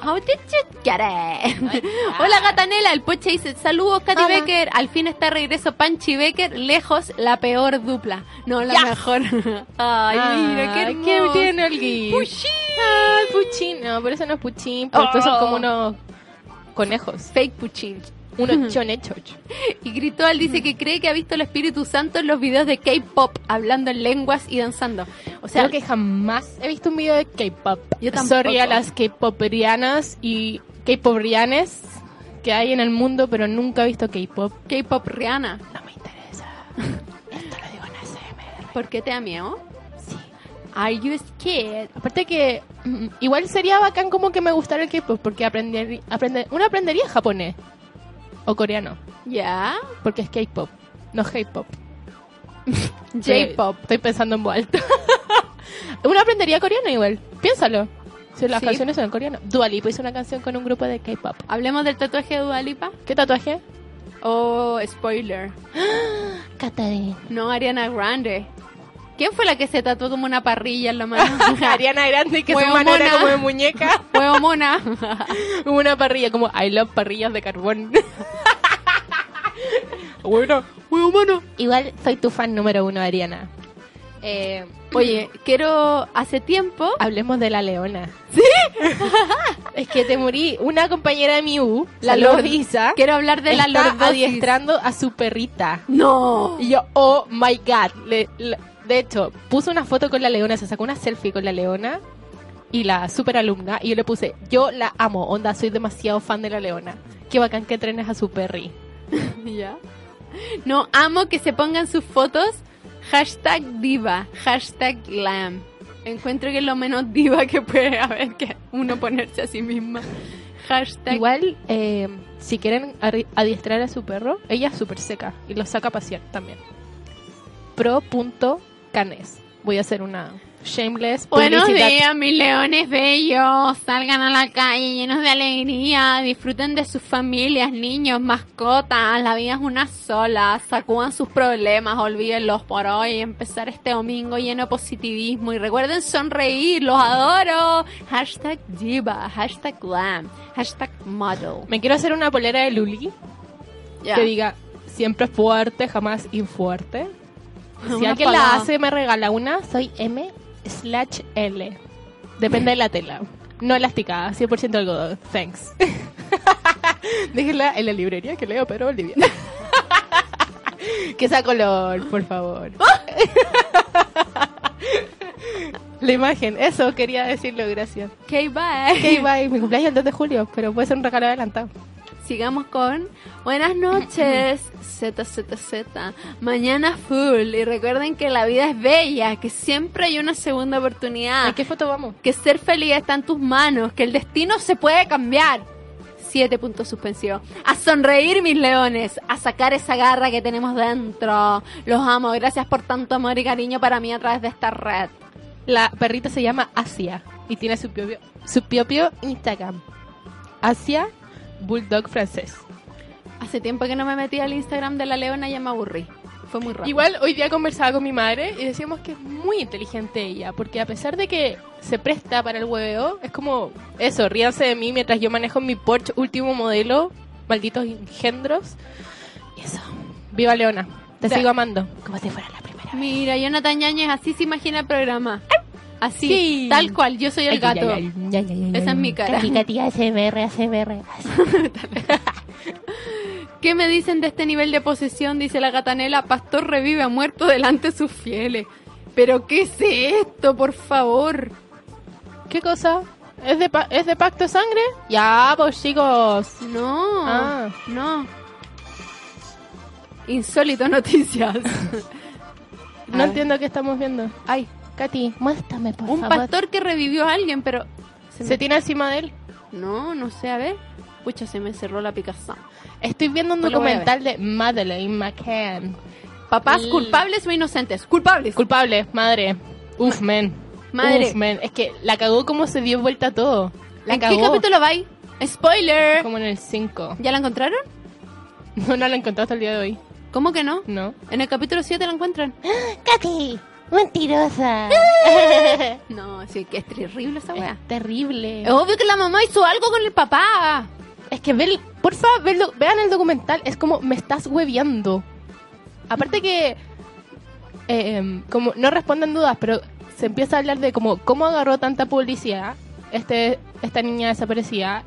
S2: How did you get it? Ah, Hola Gatanela, el poche dice saludos Katy
S3: Hola.
S2: Becker, al fin está de regreso Panchi Becker, lejos la peor dupla, no la
S3: Ya.
S2: mejor. Ay, mira, qué
S3: Ay,
S2: hermoso.
S3: bien el gui.
S2: Puchín.
S3: Ay, puchín. No, pero eso no es puchín, porque estos son
S2: Oh.
S3: como unos conejos.
S2: Fake Puchín.
S3: Unos chonechos.
S2: Y Gritol dice que cree que ha visto el Espíritu Santo en los videos de K-pop, hablando en lenguas y danzando. O
S3: O
S2: sea,
S3: sea, Creo que jamás he visto un video de K-pop.
S2: Yo tampoco.
S3: Sorry a las K-poperianas y K-poperianes que hay en el mundo, pero nunca he visto K-pop.
S2: K-pop Rihanna.
S3: No me interesa.
S1: Esto lo digo en ASMR.
S2: ¿Por qué te da miedo?
S1: Sí.
S2: Are you scared?
S3: Aparte que mm, igual sería bacán como que me gustara el K-pop porque aprender, aprender, uno aprendería japonés o coreano
S2: ¿Ya?
S3: porque es K-pop, no K-pop.
S2: J-pop.
S3: Estoy- Estoy pensando en voz alta. Uno aprendería coreano igual. Piénsalo. Si las
S2: Sí.
S3: canciones son en coreano. Dua Lipa hizo una canción con un grupo de K-pop.
S2: ¿Hablemos del tatuaje de Dualipa?
S3: ¿Qué tatuaje?
S2: Oh, spoiler.
S1: Catherine.
S2: No, Ariana Grande. ¿Quién fue la que se tatuó como una parrilla en la mano?
S3: Ariana Grande que
S2: Huevo
S3: su mano era
S2: mona.
S3: como de muñeca.
S2: Huevo mona.
S3: Hubo una parrilla como I love parrillas de carbón. bueno, huevo mona. Igual soy tu fan número uno, Ariana. Eh,
S2: Oye, quiero. Hace tiempo.
S3: hablemos de la leona. ¿Sí? es que te morí. Una compañera de mi U, la
S2: Salud.
S3: Lordisa,
S2: Quiero hablar de la
S3: está
S2: lordosis.
S3: adiestrando a su perrita.
S2: No.
S3: Y yo, oh my god. Le- le- de hecho, puso una foto con la leona, se sacó una selfie con la leona y la super alumna. Y yo le puse, yo la amo, onda, soy demasiado fan de la leona. Qué bacán que trenes a su perri.
S2: Ya. No, amo que se pongan sus fotos. Hashtag diva. Hashtag glam. Encuentro que es lo menos diva que puede haber que uno ponerse a sí misma. Hashtag.
S3: Igual, eh, si quieren arri- adiestrar a su perro, ella es súper seca y lo saca a pasear también. Pro.canes. Voy a hacer una Shameless.
S2: Buenos
S3: publicidad.
S2: días, mis leones bellos. Salgan a la calle llenos de alegría. Disfruten de sus familias, niños, mascotas. La vida es una sola. Sacudan sus problemas, olvídenlos por hoy. Empezar este domingo lleno de positivismo. Y recuerden sonreír, los adoro. Hashtag diva, hashtag glam, hashtag model.
S3: Me quiero hacer una polera de Luli
S2: Ya.
S3: que diga siempre fuerte, jamás infuerte. Si
S2: Una
S3: alguien la
S2: palabra.
S3: hace y me regala una, soy M slash L. Depende de la tela. No elasticada, 100% algodón. Thanks. Déjenla en la librería que leo, pero Olivia. que sea color, por favor.
S2: ¡Ah!
S3: la imagen, eso quería decirlo, gracias.
S2: Ok, bye.
S3: Ok, bye. Mi cumpleaños es el 2 de julio, pero puede ser un regalo adelantado.
S2: Sigamos con Buenas noches, ZZZ. Mañana full. Y recuerden que la vida es bella, que siempre hay una segunda
S3: ¿A
S2: oportunidad.
S3: qué foto vamos?
S2: Que ser feliz está en tus manos, que el destino se puede cambiar. Siete puntos suspensivos. A sonreír, mis leones. A sacar esa garra que tenemos dentro. Los amo. Gracias por tanto amor y cariño para mí a través de esta red.
S3: La perrita se llama Asia y tiene su propio, su propio Instagram. Asia Bulldog francés.
S2: Hace tiempo que no me metí al Instagram de la leona y ya me aburrí. Fue muy raro.
S3: Igual hoy día conversaba con mi madre y decíamos que es muy inteligente ella, porque a pesar de que se presta para el hueveo, es como eso, ríanse de mí mientras yo manejo mi Porsche último modelo, malditos engendros. Y eso, viva Leona, te sigo amando.
S1: Como si fuera la primera vez.
S2: Mira, Jonathan Ñañez, así se imagina el programa. Así,
S3: Sí.
S2: tal cual, yo soy el
S3: Ay,
S2: gato.
S3: ay, ay, ay, ay, ay,
S2: Esa es
S3: ay.
S2: mi cara.
S1: Katy, Katy, ASMR, ASMR.
S2: ¿Qué me dicen de este nivel de posesión? Dice la gatanela, pastor revive a muerto delante de sus fieles. Pero ¿qué es esto, por favor?
S3: ¿Qué cosa? ¿Es de, pa- ¿Es de pacto de sangre? Ya, pues chicos.
S2: No,
S3: Ah.
S2: no. Insólito noticias.
S3: No entiendo qué estamos viendo.
S2: Ay,
S3: Katy,
S1: Muéstrame, por
S2: un
S1: favor.
S2: pastor que revivió a alguien, pero... se me-
S3: se tira encima de él.
S2: No, no sé, a ver. Pucha, se me cerró la picazón.
S3: Estoy viendo un
S2: Pues lo voy a
S3: documental de Madeleine McCann.
S2: Papás
S3: L-
S2: culpables o inocentes. Culpables.
S3: Culpable, madre. Uf, men.
S2: Madre.
S3: Uf, men. Es que la cagó como se dio vuelta todo. La
S2: ¿En
S3: cagó.
S2: qué capítulo vais? ¡Spoiler!
S3: Como en el 5.
S2: ¿Ya la encontraron?
S3: No, no la encontrado hasta el día de hoy.
S2: ¿Cómo que no?
S3: No.
S2: ¿En el capítulo 7 la encuentran?
S3: ¿Eh?
S1: Katy, mentirosa.
S2: No, sí, que es terrible esa weá.
S3: Terrible.
S2: Eh. Es obvio que la mamá hizo algo con el papá.
S3: Es que ver, porfa, verlo- vean el documental, es como me estás hueviando. Aparte que eh, como no responden dudas, pero se empieza a hablar de como cómo agarró tanta publicidad este esta niña desaparecida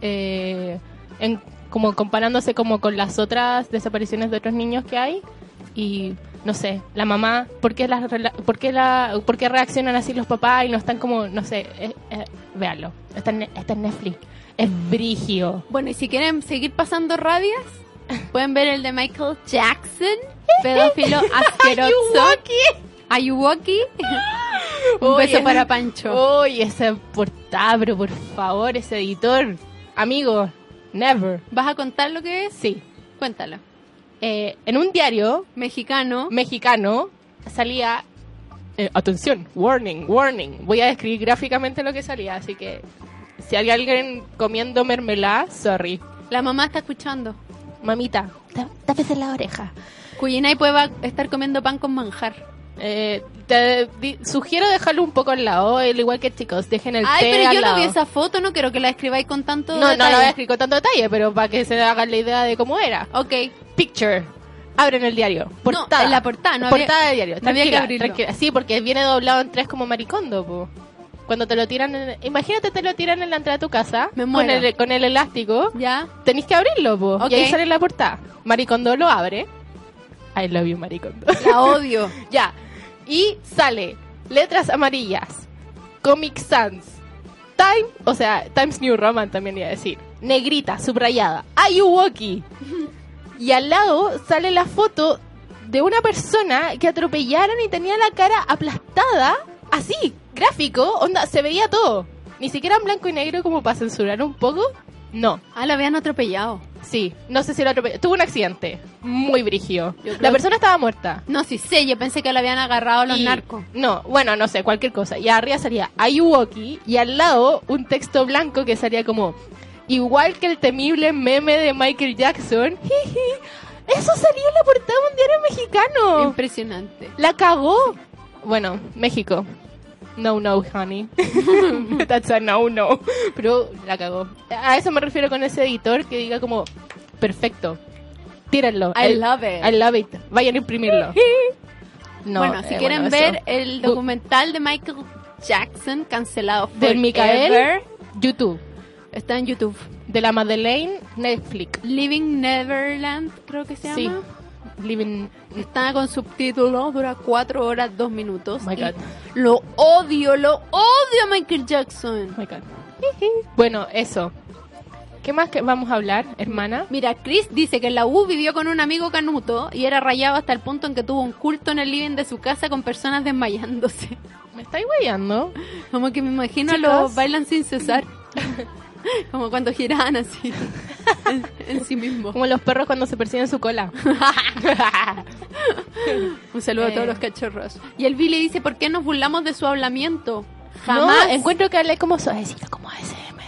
S3: eh, en como comparándose como con las otras desapariciones de otros niños que hay y no sé, la mamá, ¿por qué, las rela- por qué, la, por qué reaccionan así los papás y no están como, no sé, eh, eh, véanlo, está en, está en Netflix, es brigio.
S2: Bueno, y si quieren seguir pasando rabias, pueden ver el de Michael Jackson, pedófilo asqueroso. Ayuwoki. Un
S3: Oye,
S2: beso para Pancho.
S3: Uy, ese portabro, por favor, ese editor, amigo, never.
S2: ¿Vas a contar lo que es?
S3: Sí,
S2: Cuéntalo.
S3: eh, en un diario
S2: Mexicano.
S3: mexicano salía, eh, atención, warning, warning, voy a describir gráficamente lo que salía, así que si hay alguien comiendo mermelada, sorry.
S2: La mamá está escuchando.
S3: Mamita,
S1: Tá- Tápese la oreja.
S2: Cuyinay puede va- estar comiendo pan con manjar.
S3: Eh, te di- sugiero dejarlo un poco al lado, al igual que chicos, dejen el
S2: Ay,
S3: té
S2: pero
S3: al
S2: yo no
S3: lado.
S2: vi esa foto, no quiero que la escribáis con tanto
S3: No, no lo
S2: detalle.
S3: voy a escribir con tanto detalle, pero para que se hagan la idea de cómo era.
S2: Ok.
S3: Picture. Abren el diario. Portada.
S2: en la portada, no había-
S3: Portada del diario.
S2: no había que
S3: Tranquila,
S2: abrirlo.
S3: tranquila. Sí, porque viene doblado en tres como maricondo, po. Cuando te lo tiran, en- imagínate te lo tiran en la entrada de tu casa
S2: Me
S3: con
S2: muero.
S3: el, con el elástico,
S2: ¿Ya?
S3: tenéis que abrirlo, po.
S2: Ok.
S3: Y ahí sale la portada. Maricondo lo abre. I love you, maricondo.
S2: La odio.
S3: Ya. Y sale letras amarillas, Comic Sans, Time, o sea, Times New Roman también iba a decir, negrita, subrayada, Ayuwoki. Y al lado sale la foto de una persona que atropellaron y tenía la cara aplastada, así, gráfico, onda, se veía todo. Ni siquiera en blanco y negro como para censurar un poco. No,
S2: Ah, la habían atropellado.
S3: Sí, no sé si lo atropelló. Tuvo un accidente muy brigio.
S2: creo
S3: La persona estaba muerta.
S2: No, sí sé, yo pensé que lo habían agarrado los
S3: Y-
S2: narcos.
S3: No, bueno, no sé, cualquier cosa. Y arriba salía Ayuoki y al lado un texto blanco que salía como igual que el temible meme de Michael Jackson. jiji, Eso salió en la portada de un diario mexicano.
S2: Impresionante.
S3: La cagó. Bueno, México. No, no, honey. That's a no, no. Pero la cagó. A eso me refiero con ese editor que diga como, perfecto, tírenlo.
S2: I
S3: El-
S2: love it.
S3: I love it. Vayan a imprimirlo. No,
S2: bueno, si
S3: eh,
S2: quieren
S3: bueno,
S2: ver
S3: eso.
S2: el
S3: Bu-
S2: documental de Michael Jackson cancelado
S3: Del
S2: forever,
S3: Micael, YouTube.
S2: está en YouTube.
S3: De la Madeleine, Netflix.
S2: Living Neverland, creo que se
S3: Sí.
S2: llama.
S3: Living...
S2: Está con subtítulos, dura 4 horas, 2 minutos.
S3: Oh My
S2: y
S3: God.
S2: Lo odio, lo odio a Michael Jackson.
S3: oh my God. bueno, eso. ¿Qué más que vamos a hablar, hermana?
S2: Mira, Chris dice que en la U vivió con un amigo canuto y era rayado hasta el punto en que tuvo un culto en el living de su casa con personas desmayándose.
S3: ¿Me estáis guayando?
S2: Como que me imagino
S3: Chicos.
S2: los bailan sin cesar. Como cuando giraban así. en, en sí mismo.
S3: Como los perros cuando se persiguen su cola.
S2: Un saludo a todos
S3: Eh.
S2: los cachorros. Y el Billy dice, ¿por qué nos burlamos de su hablamiento?
S3: Jamás.
S2: Jamás.
S3: encuentro que hablé como suavecito.
S1: Necesito como ASMR.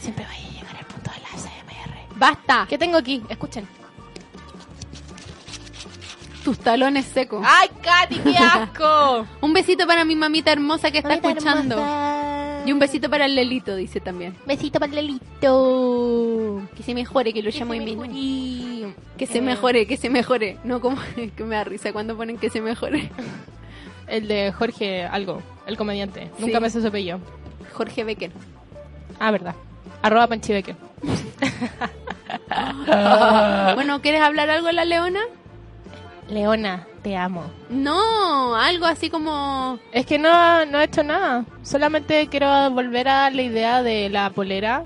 S1: Siempre voy a llegar al punto del ASMR.
S2: Basta.
S3: ¿Qué tengo aquí? Escuchen.
S2: Tus talones secos.
S3: ¡Ay, Katy, qué asco!
S2: Un besito para mi mamita hermosa que está escuchando. Y un besito para el Lelito, dice también.
S3: Besito para Lelito.
S2: Que se mejore, que lo llamo en vino.
S3: mi
S2: Que se mejore, que se mejore. No como que me da risa cuando ponen que se mejore.
S3: El de Jorge algo, el comediante.
S2: Sí.
S3: Nunca me sé su apellido.
S2: Jorge Becker.
S3: Ah, verdad. Arroba Panchibeque. Ah.
S2: Bueno, ¿quieres hablar algo de la Leona?
S3: Leona, te amo.
S2: No, algo así como...
S3: Es que no, no he hecho nada. Solamente quiero volver a la idea de la polera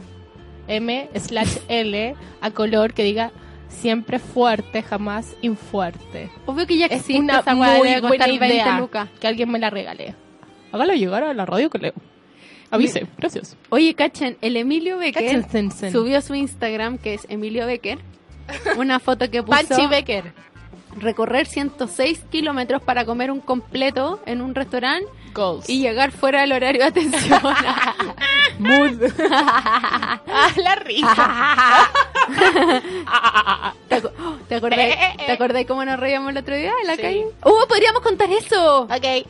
S3: M slash L a color que diga siempre fuerte, jamás infuerte.
S2: Obvio que ya
S3: Es
S2: existe
S3: una
S2: esa weá
S3: muy
S2: de
S3: buena
S2: costar 20
S3: idea
S2: lucas.
S3: que alguien me la regale. Hágalo llegar a la radio que leo. Avise, gracias.
S2: Oye, cachen, el Emilio Becker
S3: Cachensensen.
S2: subió a su Instagram, que es Emilio Becker, una foto que puso...
S3: Panchi Becker.
S2: recorrer 106 kilómetros para comer un completo en un restaurante
S3: Goals.
S2: y llegar fuera del horario de atención.
S3: ¡Ah, la risa!
S2: ¿Te, aco- oh, ¿te acordás,
S3: Eh, eh, eh.
S2: ¿Te acordás cómo nos reíamos el otro día en la
S3: Sí.
S2: calle? ¡Uh, podríamos contar eso!
S3: ok.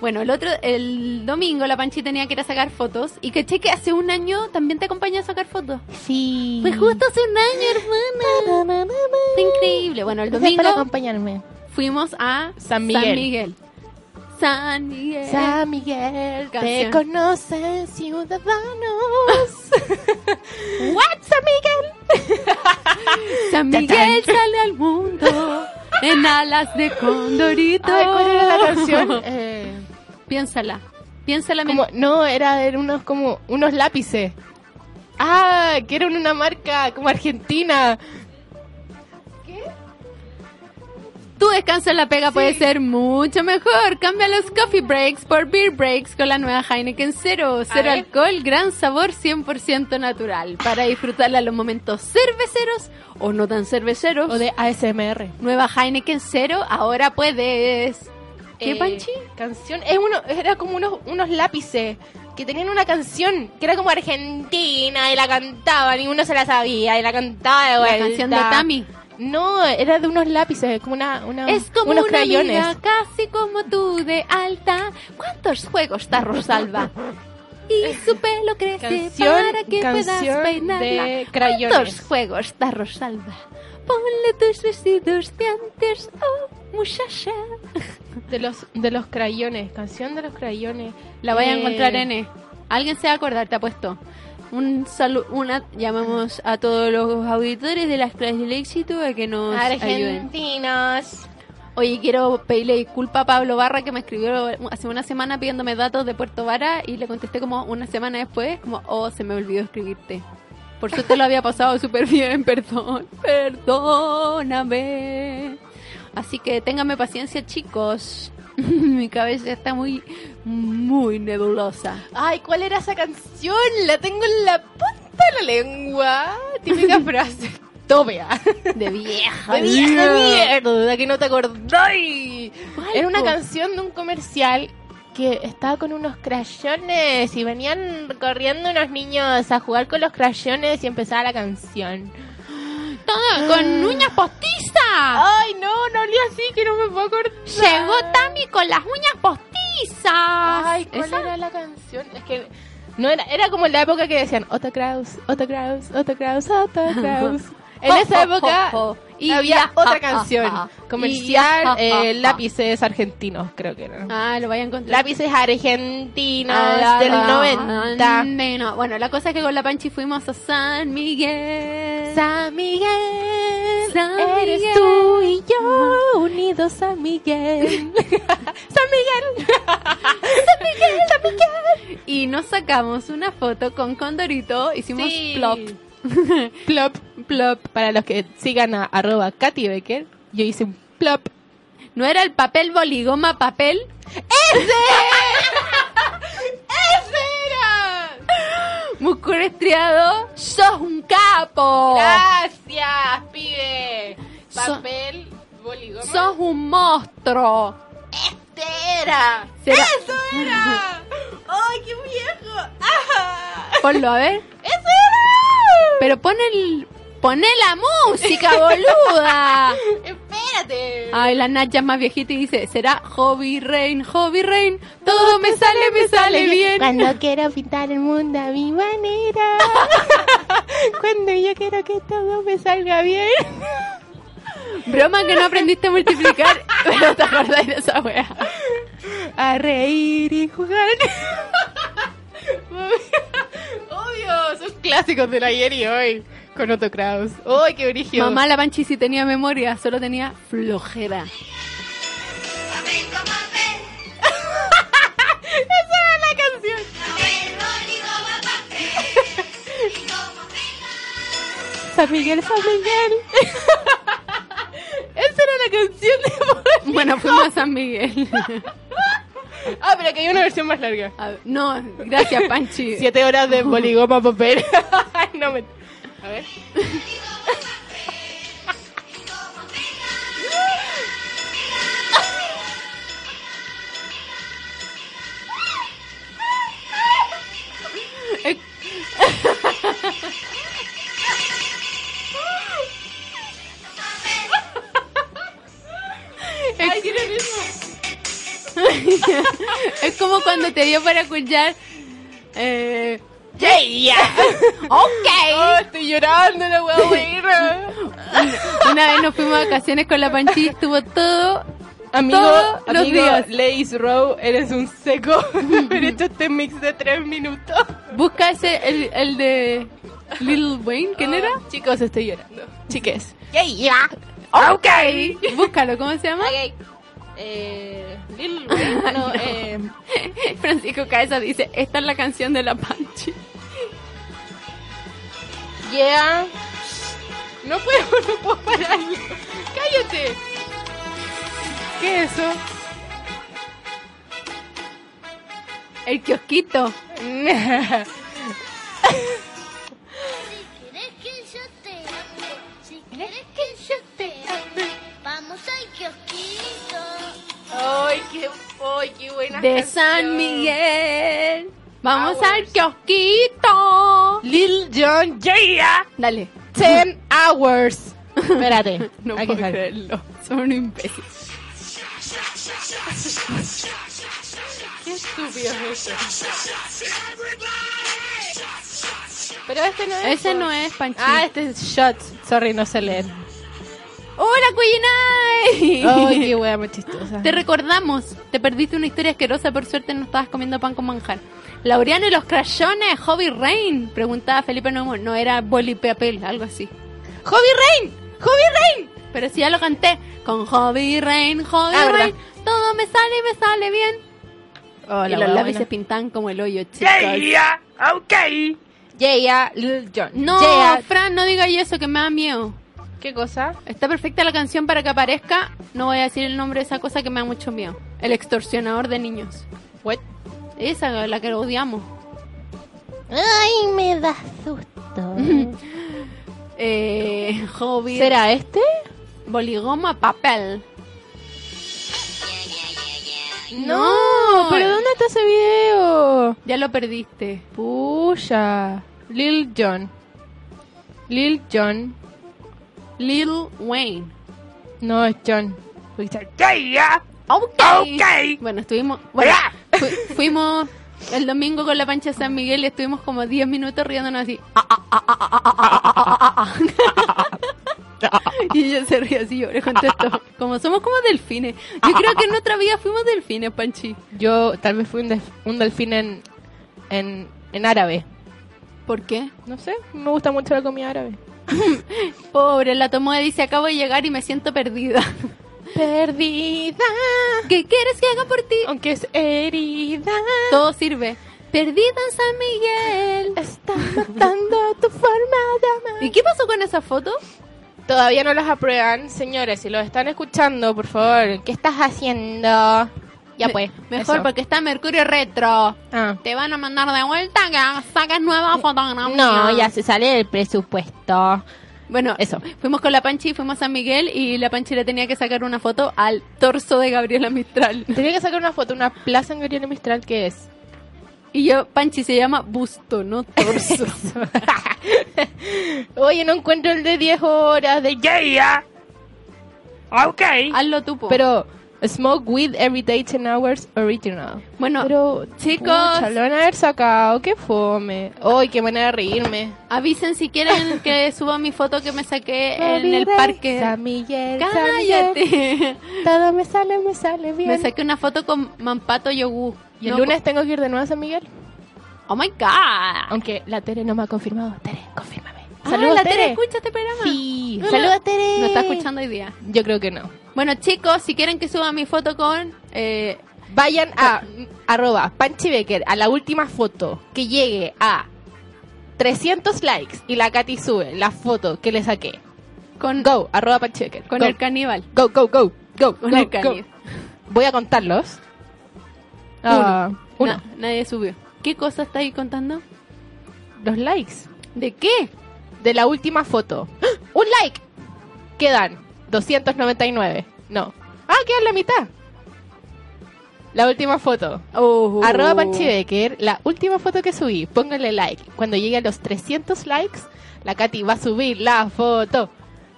S2: Bueno, el otro, el domingo la Panchi tenía que ir a sacar fotos y caché que hace un año también te acompañé a sacar fotos.
S3: Sí.
S2: Pues justo hace un año, hermana. Fue increíble. Bueno, el
S3: Gracias por
S2: domingo
S3: acompañarme.
S2: fuimos a
S3: San Miguel.
S2: San Miguel. San Miguel.
S3: San Miguel,
S2: Canción.
S3: te conocen ciudadanos. What, San Miguel?
S2: San Miguel sale al mundo en alas de condorito.
S3: Ay, ¿Cuál era la canción? Eh,
S2: Piénsala. Piénsala. men-
S3: como, no, era, eran unos como unos lápices. Ah, que eran una marca como argentina.
S2: Tu descanso en la pega puede ser mucho mejor. Cambia los coffee breaks por beer breaks con la nueva Heineken Cero. Cero
S3: ver.
S2: alcohol, gran sabor 100% natural. Para disfrutarla en los momentos cerveceros o no tan cerveceros.
S3: O de ASMR.
S2: Nueva Heineken Cero, ahora puedes. ¿Qué,
S3: Eh,
S2: Panchi?
S3: Canción. Es uno, era como unos, unos lápices que tenían una canción que era como argentina y la cantaban y uno se la sabía y la cantaba de
S2: La
S3: vuelta.
S2: canción de Tami.
S3: No, era de unos lápices, como una, una-
S2: Es como
S3: unos
S2: una
S3: crayones.
S2: amiga casi como tú de alta. ¿Cuántos juegos está Rosalba? Y su pelo crece
S3: Canción-
S2: para que
S3: canción
S2: puedas peinarla.
S3: de
S2: ¿Cuántos
S3: crayones.
S2: juegos está Rosalba? Ponle tus vestidos de antes, oh muchacha.
S3: De los de los crayones, canción de los crayones.
S2: La voy a
S3: Eh,
S2: encontrar N. Alguien se va a acordar, te apuesto. Un saludo, una llamamos a todos los auditores de las clases del éxito a que nos ayuden.
S3: Argentinos.
S2: Oye, quiero pedirle disculpa a Pablo Barra que me escribió hace una semana pidiéndome datos de Puerto Vara y le contesté como una semana después, como, oh, se me olvidó escribirte. Por suerte lo había pasado súper bien, perdón, perdóname. Así que ténganme paciencia, chicos. Mi cabeza está muy, muy nebulosa.
S3: Ay, ¿cuál era esa canción? La tengo en la punta suelta la lengua. Típica frase. Tobea.
S2: De vieja.
S3: De vieja mierda, que no te acordáis. Era una
S2: po?
S3: canción de un comercial que estaba con unos crayones y venían corriendo unos niños a jugar con los crayones y empezaba la canción.
S2: Todo con uñas postizas.
S3: Ay, no, no olía así, que no me puedo acordar.
S2: Llegó Tami con las uñas postizas.
S3: Ay, ¿cuál
S2: Esa-
S3: era la canción? Es que no era, era como la época que decían Otto Kraus, Otto Kraus, Otto Kraus, Otto Kraus. En esa
S2: Oh,
S3: época
S2: Y
S3: había
S2: ya,
S3: otra
S2: ja,
S3: canción
S2: ja, ja. Y ya,
S3: comercial,
S2: ja, ja,
S3: eh,
S2: ja.
S3: lápices argentinos, creo que era.
S2: Ah, lo voy a encontrar.
S3: Lápices argentinos
S2: Ah,
S3: del
S2: ah,
S3: 90.
S2: ah, no. Bueno, la cosa es que con la Panchi fuimos a San Miguel.
S3: San Miguel,
S2: San
S3: eres
S2: Miguel.
S3: tú y yo unidos San Miguel. San Miguel.
S2: Y nos sacamos una foto con Condorito. Hicimos plop.
S3: plop, plop. Para los que sigan a arroba Katy Becker, yo hice un plop.
S2: No era el papel boligoma papel. Músculo estriado. ¡Sos un capo!
S3: Oh. Gracias, pibe. Papel, boligoma.
S2: ¡Sos un monstruo!
S3: era.
S2: Será-
S3: era. ¡Ay, qué viejo!
S2: Ponlo, a ver. Pero pon el... Poné la música, boluda.
S3: Espérate.
S2: Ay, la Nacha es más viejita y dice, será Hobby Rain, Hobby Rain, todo me sale, me sale bien.
S3: Cuando quiero pintar el mundo a mi manera. Cuando yo quiero que todo me salga bien.
S2: Broma que no aprendiste a multiplicar, pero te acordás de esa wea.
S3: A reír y jugar. Obvio, son clásicos del ayer y hoy. Con Otto Kraus. ¡Ay, qué brillo!
S2: Mamá la Panchi sí tenía memoria, solo tenía flojera.
S5: Papel con papel,
S3: ¡Esa era la canción!
S5: papel bolígoma papel, y como pega,
S3: San Miguel, San Miguel. Esa era la canción de Bob.
S2: Bueno, fuimos a San Miguel.
S3: Ah, pero que hay una versión más larga.
S2: A ver, no, gracias Panchi.
S3: Siete horas de boligoma papel. Ay, no me... A ver. Ay, tiene ritmo.
S2: Es como cuando te dio para escuchar... Eh,
S3: Oh, estoy llorando, la wea buena.
S2: una vez nos fuimos a vacaciones con la Panchi y estuvo todo...
S3: Amigo,
S2: Todos los
S3: amigo
S2: días.
S3: Lace Row, eres un seco. Pero he hecho este mix de tres minutos.
S2: Busca ese, el, el de Little Wayne, ¿quién era?
S3: Oh, Chicos, estoy llorando. Chiques.
S2: Búscalo, ¿cómo se llama?
S3: Eh, Lil Wayne, no, eh,
S2: Francisco Caesa dice, esta es la canción de la Panchi.
S3: Yeah. No puedo, no puedo pararlo. Cállate. ¿Qué es eso?
S2: El kiosquito.
S6: Si quieres que yo te ame, si
S3: ¿Eh?
S6: quieres que yo te ame, vamos al kiosquito.
S3: Ay, qué, ay, qué buena
S2: De
S3: canción.
S2: San Miguel. Vamos
S3: Hours.
S2: al kiosquito.
S3: Lil Jon, yeah.
S2: Dale.
S3: 10 hours. Espérate.
S2: No
S3: hay que
S2: puedo
S3: salir.
S2: creerlo. Son un imbécil.
S3: Qué estúpido es eso. Pero este no es.
S2: Ese no es Panchi.
S3: Ah, este es shot. Sorry, no sé leer.
S2: ¡Hola, Cuyinay!
S3: Ay, qué wea más chistosa.
S2: Te recordamos. Te perdiste una historia asquerosa. Por suerte no estabas comiendo pan con manjar. Laureano y los crayones. Hobby Rain. Preguntaba Felipe Nuevo. No era boli papel, algo así.
S3: Hobby Rain. Hobby Rain.
S2: Pero si ya lo canté. Con Hobby Rain, Hobby
S3: Ah, ¿verdad?
S2: Rain. Todo me sale y me sale bien.
S3: Hola,
S2: y los labios se pintan como el hoyo, chicos.
S3: Yeah, Lil Jon.
S2: No,
S3: Yeah.
S2: Fran, no digas eso, que me da miedo.
S3: ¿Qué cosa?
S2: Está perfecta la canción para que aparezca. No voy a decir el nombre de esa cosa que me da mucho miedo. El extorsionador de niños.
S3: What?
S2: Esa, la que odiamos.
S6: Ay, me da susto.
S7: esto?
S2: Eh, hobby.
S3: ¿Será este?
S2: Boligoma papel.
S3: No, Oh, eh. pero ¿dónde está ese video?
S2: Ya lo perdiste.
S3: Puya. Lil Jon. Lil Jon.
S2: Lil Wayne.
S3: No, es Jon.
S2: Ok. Bueno, estuvimos. bueno, fu- fuimos el domingo con la pancha de San Miguel y estuvimos como 10 minutos riéndonos así. Ah, y ella se ríe así, yo le contesto. Como somos como delfines. Yo creo que en otra vida fuimos delfines, Panchi.
S3: Yo tal vez fui un, def- un delfín en, en, en árabe.
S2: ¿Por qué?
S3: No sé, me gusta mucho la comida árabe.
S2: Pobre, la tomó y dice, acabo de llegar y me siento perdida.
S3: Perdida,
S2: ¿Qué quieres que haga por ti?
S3: aunque es herida,
S2: Todo sirve. Perdida en San Miguel.
S3: está matando tu forma de amar.
S2: ¿Y qué pasó con esa foto?
S3: Todavía no las aprueban, señores. Si los están escuchando, por favor, ¿qué estás haciendo? Ya
S2: Me-
S3: pues.
S2: Mejor
S3: eso.
S2: porque está Mercurio Retro.
S3: Ah.
S2: Te van a mandar de vuelta que saques nuevas fotografías.
S3: No, ya se sale el presupuesto.
S2: Bueno,
S3: Eso.
S2: Fuimos con la Panchi, fuimos a San Miguel y la Panchi le tenía que sacar una foto al torso de Gabriela Mistral.
S3: Tenía que sacar una foto, una plaza en Gabriela Mistral que es.
S2: Y yo, Panchi se llama busto, no torso.
S3: Oye, no encuentro el de 10 horas de Yeya. Ok.
S2: Hazlo tú, po.
S3: Pero, smoke weed every day 10 hours original.
S2: bueno,
S3: Pero,
S2: chicos.
S3: pucha, lo van a haber sacado, qué fome. Ay, qué manera de reírme.
S2: avisen si quieren que suba mi foto que me saqué en el parque.
S3: San Miguel, San Miguel,
S2: Cállate.
S3: Todo me sale, me sale bien.
S2: Me saqué una foto con Mampato Yogu.
S3: y el
S2: No,
S3: lunes tengo que ir de nuevo a San Miguel.
S2: Oh my god.
S3: Aunque la Tere no me ha confirmado. Tere, confírmame.
S2: ah, la Tere, escucha este programa.
S3: Sí.
S2: No, no,
S3: Saludos, Tere.
S2: No está escuchando hoy día.
S3: Yo creo que no.
S2: Bueno, chicos, si quieren que suba mi foto con. eh,
S3: Vayan a arroba Panchi Becker a la última foto que llegue a 300 likes y la Katy sube la foto que le saqué.
S2: con
S3: Go, arroba Panchi Becker.
S2: con
S3: Go.
S2: el caníbal.
S3: Go, go, go, go.
S2: Con
S3: go,
S2: el
S3: go.
S2: caníbal.
S3: Voy a contarlos. Ah, uno.
S2: Na- nadie subió. ¿Qué cosa está ahí contando?
S3: Los likes
S2: ¿De qué?
S3: de la última foto. ¡Ah! ¡Un like! Quedan 299. No. Ah, quedan la mitad. La última foto.
S2: Oh. Uh.
S3: Arroba Panchi Becker, la última foto que subí, pónganle like. Cuando llegue a los 300 likes, la Katy va a subir la foto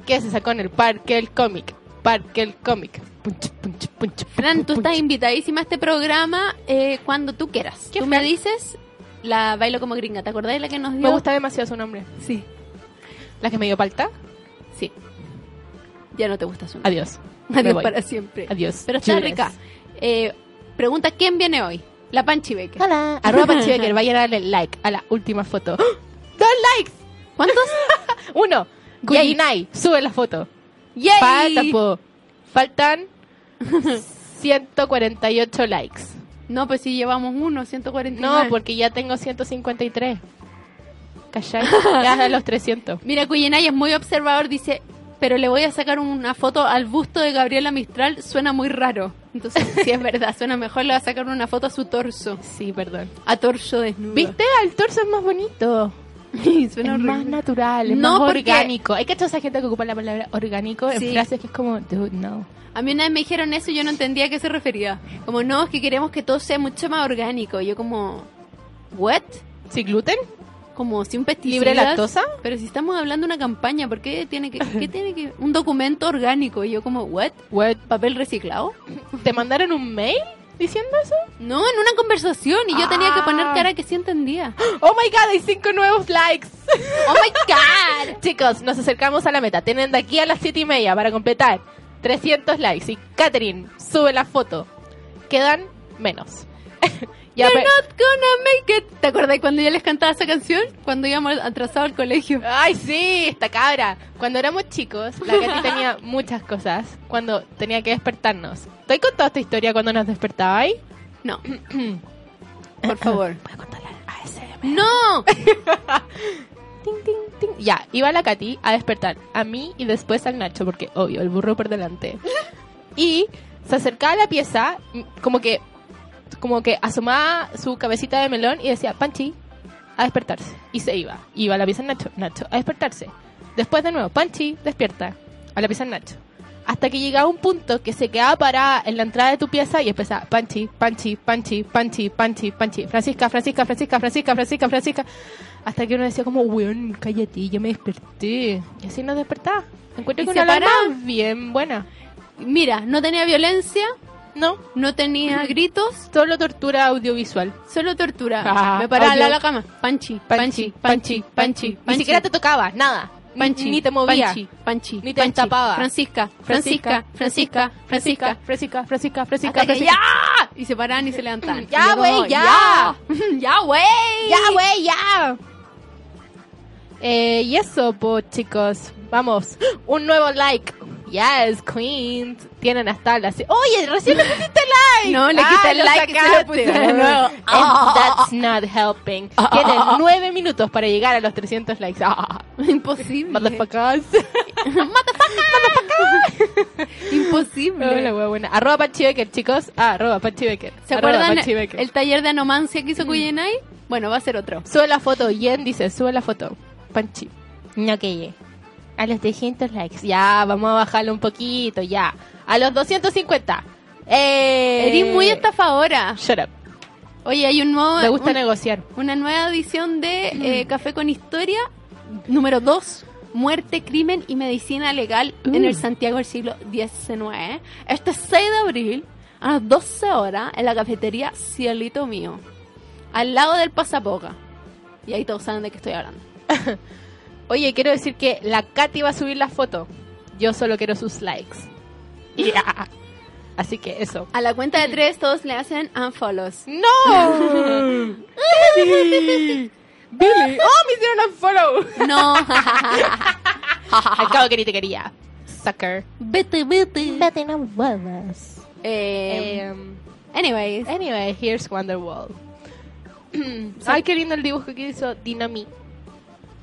S3: que se sacó en el Parque el Cómic. Parque el Cómic. Punch, punch, punch,
S2: Fran, tú
S3: punch,
S2: estás
S3: punch.
S2: invitadísima a este programa eh, cuando tú quieras. Tú me dices, la bailo como gringa. ¿Te acordás de la que nos dio?
S3: Me gusta demasiado su nombre.
S2: Sí.
S3: La que me dio palta.
S2: Sí. Ya no te gusta su nombre.
S3: Adiós. Me
S2: Adiós
S3: voy.
S2: para siempre.
S3: Adiós.
S2: Pero está
S3: Chulas.
S2: rica. Eh, pregunta, ¿quién viene hoy? La Panchi Becker.
S3: Hola. Arroba Panchi Becker, vayan a darle like a la última foto. ¡Ah! ¡Dos likes!
S2: ¿Cuántos?
S3: Uno.
S2: Yay.
S3: Guyinai, sube la foto.
S2: ¡Yay!
S3: Falta, po. Faltan 148 likes.
S2: No, pues si llevamos uno, 149.
S3: No, porque ya tengo 153. Callá, ya a los 300.
S2: Mira, Cuyenay es muy observador, dice, pero le voy a sacar una foto al busto de Gabriela Mistral, suena muy raro. Entonces, sí es verdad, suena mejor, le va a sacar una foto a su torso,
S3: Sí, perdón.
S2: a torso desnudo.
S3: ¿Viste? El torso es más bonito.
S2: Y suena
S3: es más
S2: horrible.
S3: natural, es
S2: No,
S3: más
S2: porque-
S3: orgánico. Hay que toda esa gente que ocupa la palabra orgánico en
S2: Sí.
S3: frases que es como, dude, no.
S2: A mí una vez me dijeron eso y yo no entendía a qué se refería. Como, no, es que queremos que todo sea mucho más orgánico. Y yo como, ¿what?
S3: ¿Sin gluten?
S2: Como sin pesticidas.
S3: ¿Libre lactosa?
S2: Pero si estamos hablando de una campaña, ¿por qué tiene que, qué tiene que, un documento orgánico? Y yo como, ¿what?
S3: What?
S2: ¿Papel reciclado?
S3: ¿Te mandaron un mail diciendo eso?
S2: No, en una conversación y yo tenía que poner
S3: Ah.
S2: cara que sí entendía.
S3: Oh my god, hay cinco nuevos likes.
S2: ¡Oh my god!
S3: Chicos, nos acercamos a la meta. Tienen de aquí a las 7 y media para completar 300 likes. Y Catherine, sube la foto. Quedan menos. ya,
S2: You're
S3: pe-
S2: not gonna make it. ¿Te acordás cuando yo les cantaba esa canción? Cuando íbamos atrasados al colegio.
S3: Ay, sí, esta cabra. Cuando éramos chicos, la Katy tenía muchas cosas. Cuando tenía que despertarnos. ¿Estoy con toda esta historia cuando nos despertabais?
S2: No. Por favor.
S3: Voy a contarla
S2: Ah,
S3: a ASMR.
S2: ¡No!
S3: Ting, ting, ting. Ya, iba la Katy a despertar a mí y después al Nacho, porque obvio, el burro por delante. Y se acercaba a la pieza, m- como que, como que asomaba su cabecita de melón y decía, Panchi, a despertarse. Y se iba. Iba a la pieza de Nacho, Nacho, a despertarse. Después de nuevo, Panchi, despierta. A la pieza de Nacho. Hasta que llegaba un punto que se quedaba parada en la entrada de tu pieza y empezaba Panchi, Panchi, Panchi, Panchi, Panchi, Panchi. Francisca, Francisca, Francisca, Francisca, Francisca, Francisca. Hasta que uno decía como, weón, cállate, yo me desperté. Y así nos despertaba. Encuentro
S2: Y
S3: que
S2: se
S3: una alarma
S2: paraba.
S3: bien buena.
S2: Mira, no tenía violencia,
S3: No,
S2: no tenía gritos,
S3: solo tortura audiovisual.
S2: solo tortura.
S3: Ah,
S2: Me paraba
S3: audio.
S2: a la cama. Panchi, panchi, panchi, panchi.
S3: Ni
S2: panchi.
S3: siquiera te tocaba, nada.
S2: Panchi,
S3: ni te movía.
S2: Panchi, Panchi,
S3: Ni te
S2: Panchi.
S3: destapaba.
S2: Francisca, Francisca, Francisca, Francisca.
S3: Francisca, Francisca, Francisca,
S2: Hasta que ¡Ya!
S3: Francisca.
S2: Y se paraban y se levantaban.
S3: Ya,
S2: Y yo como,
S3: güey, ya.
S2: ¡Ya, güey!
S3: ¡Ya, güey, ya! Eh, y eso, pues, chicos. Vamos. Un nuevo like. Yes, Queens. Tienen hasta las... Oye, recién le pusiste like.
S2: No, le quité el
S3: lo
S2: like y se lo
S3: sacaste.
S2: puse de nuevo. Ah.
S3: And that's not helping. Tienen nueve minutos para llegar a los 300 likes. Ah,
S2: Imposible.
S3: motherfuckers. Oh, la
S2: Imposible.
S3: wea buena. Arroba Pachi Becker, chicos. Ah, arroba Pachi Becker.
S2: ¿Se
S3: Arroba
S2: acuerdan
S3: Pachi Becker.
S2: el taller de anomancia que hizo
S3: Mm.
S2: Kuyenai? Bueno, va a ser otro.
S3: Sube la foto. Yen dice, sube la foto. Panchi. No que llegue. A los 300 likes. Ya, vamos a bajarlo un poquito, ya. A los 250. Eh...
S2: Eres muy estafadora.
S3: Shut up.
S2: Oye, hay un nuevo,
S3: Me gusta Mm.
S2: un-
S3: negociar.
S2: una nueva edición de eh, Café con Historia, número 2. Muerte, crimen y medicina legal en
S3: Mm.
S2: el Santiago del siglo XIX. Este 6 de abril, a las 12 horas, en la cafetería Cielito Mío, al lado del Pasapoca. Y ahí todos saben de qué estoy hablando.
S3: Oye, quiero decir que la Katy va a subir la foto. Yo solo quiero sus likes. Ya. ah. Así que eso.
S2: A la cuenta
S3: Mm.
S2: de tres, todos le hacen unfollows.
S3: ¡No! ¡Billy! ¡Billy! ¡Oh, me hicieron un follow!
S2: No,
S3: Al cabo que ni te quería. Sucker.
S2: vete, vete.
S3: Vete Em, no vuelvas.
S2: Eh, anyways,
S3: anyway, here's Wonderwall. Ay, qué lindo el dibujo que hizo Dinami.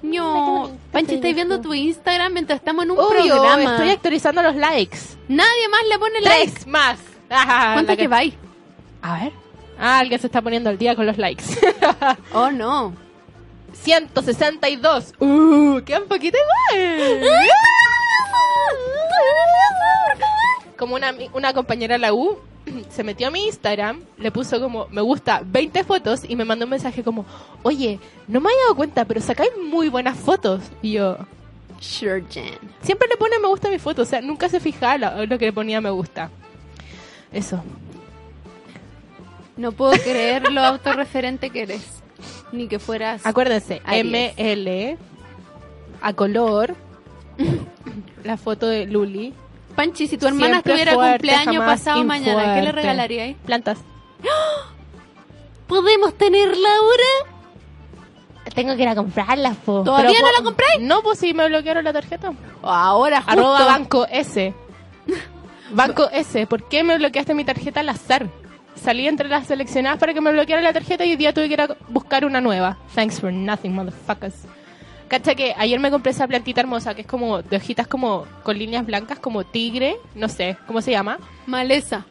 S2: no. Panchi, estáis viendo tu Instagram mientras estamos en un
S3: Obvio,
S2: programa.
S3: estoy actualizando los likes.
S2: Nadie más le pone likes.
S3: Tres más. Ah,
S2: ¿Cuánto
S3: la que-
S2: lleváis?
S3: A ver. Ah, alguien se está poniendo al día con los likes.
S2: Oh, no.
S3: 162. Uh, quedan poquito igual. Como una, ami- una compañera de la U se metió a mi Instagram, le puso como me gusta 20 fotos y me mandó un mensaje como, oye, no me había dado cuenta, pero sacáis muy buenas fotos. Y yo,
S2: Sure, Jen.
S3: siempre le pone me gusta a mi foto, o sea, nunca se fijaba lo, lo que le ponía me gusta. Eso.
S2: No puedo creer lo autorreferente que eres. Ni que fueras.
S3: Acuérdense,
S2: Aries.
S3: ML, a color, la foto de Luli.
S2: Panchi, si tu hermana
S3: Siempre
S2: estuviera
S3: fuerte,
S2: cumpleaños
S3: jamás
S2: pasado mañana, ¿qué le
S3: infuerte.
S2: regalaríais?
S3: Plantas.
S2: ¿Podemos tenerla ahora?
S1: Tengo que ir a comprarlas, po.
S2: ¿Todavía
S3: Pero
S2: no la
S3: po-
S2: compré?
S3: No, pues si me bloquearon la tarjeta.
S2: Ahora, justo.
S3: Arroba banco S. Banco S, ¿por qué me bloqueaste mi tarjeta al azar? Salí entre las seleccionadas para que me bloquearan la tarjeta y hoy día tuve que ir a buscar una nueva. Thanks for nothing, motherfuckers. Cacha que ayer me compré esa plantita hermosa que es como de hojitas como con líneas blancas, como tigre, no sé, ¿cómo se llama?
S2: Maleza.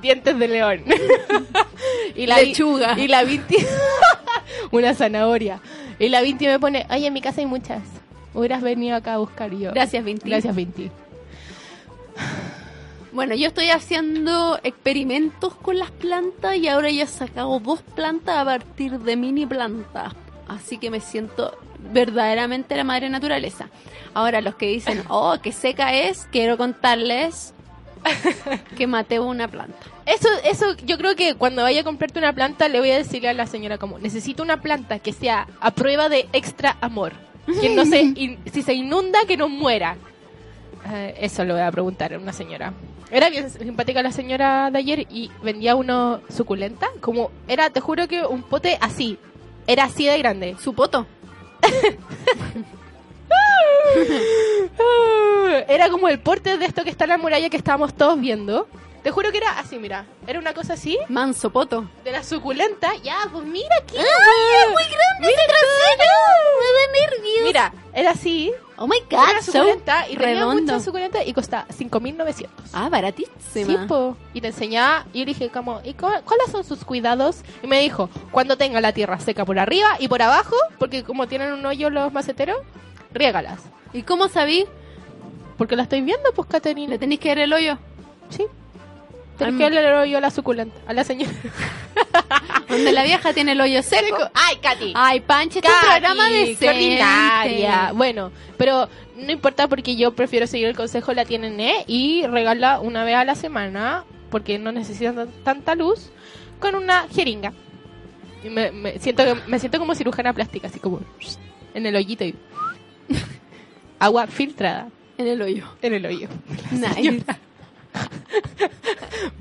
S3: dientes de león. y vi-
S2: Lechuga.
S3: Y la Vinti. una zanahoria. Y la Vinti me pone, oye, en mi casa hay muchas. Hubieras venido acá a buscar y yo.
S2: Gracias, Vinti.
S3: Gracias, Vinti.
S2: Bueno, yo estoy haciendo experimentos con las plantas y ahora ya he sacado dos plantas a partir de mini plantas. Así que me siento verdaderamente la madre naturaleza. Ahora, los que dicen, oh, que seca es, quiero contarles que maté una planta.
S3: Eso, eso, yo creo que cuando vaya a comprarte una planta, le voy a decirle a la señora como, necesito una planta que sea a prueba de extra amor. Que no se, in- si se inunda, que no muera. Eh, eso lo voy a preguntar a una señora. Era bien simpática la señora de ayer y vendía uno suculenta, como, era, te juro que un pote así. Era así de grande.
S2: Su poto.
S3: Era como el porte de esto que está en la muralla que estábamos todos viendo. Te juro que era así, mira. Era una cosa así,
S2: Manso poto.
S3: de la suculenta. Ya, pues mira aquí.
S1: ¡Ay, es muy grande ese trasero! ¡Me da nervios!
S3: Mira, era así.
S2: Oh my
S3: Era
S2: god, so
S3: suculenta y tenía
S2: redondo.
S3: mucha suculenta y costaba 5.900.
S2: Ah,
S3: Sí,
S2: baratísima.
S3: po. Y te enseñaba, y yo le dije como, ¿y cu- cuáles son sus cuidados? Y me dijo, cuando tenga la tierra seca por arriba y por abajo, porque como tienen un hoyo los maceteros, riégalas.
S2: ¿Y cómo sabí?
S3: Porque la estoy viendo, pues, Caterina.
S2: ¿Le tenéis que ver el hoyo?
S3: Sí. Tenés
S2: Am-
S3: que darle el hoyo a la suculenta, a la señora.
S2: Donde la vieja tiene el hoyo seco.
S3: ¡Ay, Katy!
S2: Ay, Panche, este
S3: Katy,
S2: programa de
S3: qué ordinaria. Bueno, pero no importa porque yo prefiero seguir el consejo de la TNN y regala una vez a la semana porque no necesitan tan- tanta luz con una jeringa. Y me, me siento que- me siento como cirujana plástica, así como en el hoyito y agua filtrada
S2: En el hoyo.
S3: en el hoyo.
S2: Nice.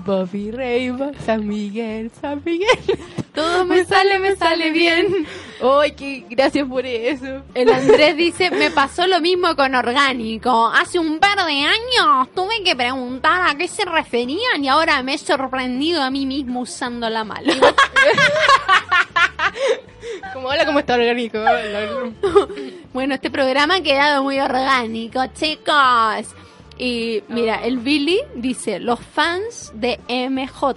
S3: Bobby Rey, San Miguel, San Miguel.
S2: Todo me sale, me sale bien.
S3: Ay, qué gracias por eso.
S2: El Andrés dice, me pasó lo mismo con orgánico. Hace un par de años tuve que preguntar a qué se referían y ahora me he sorprendido a mí mismo usándola mal.
S3: Como hola, cómo está orgánico.
S2: Bueno, este programa ha quedado muy orgánico, chicos. Y mira, el Billy dice, los fans de MJ,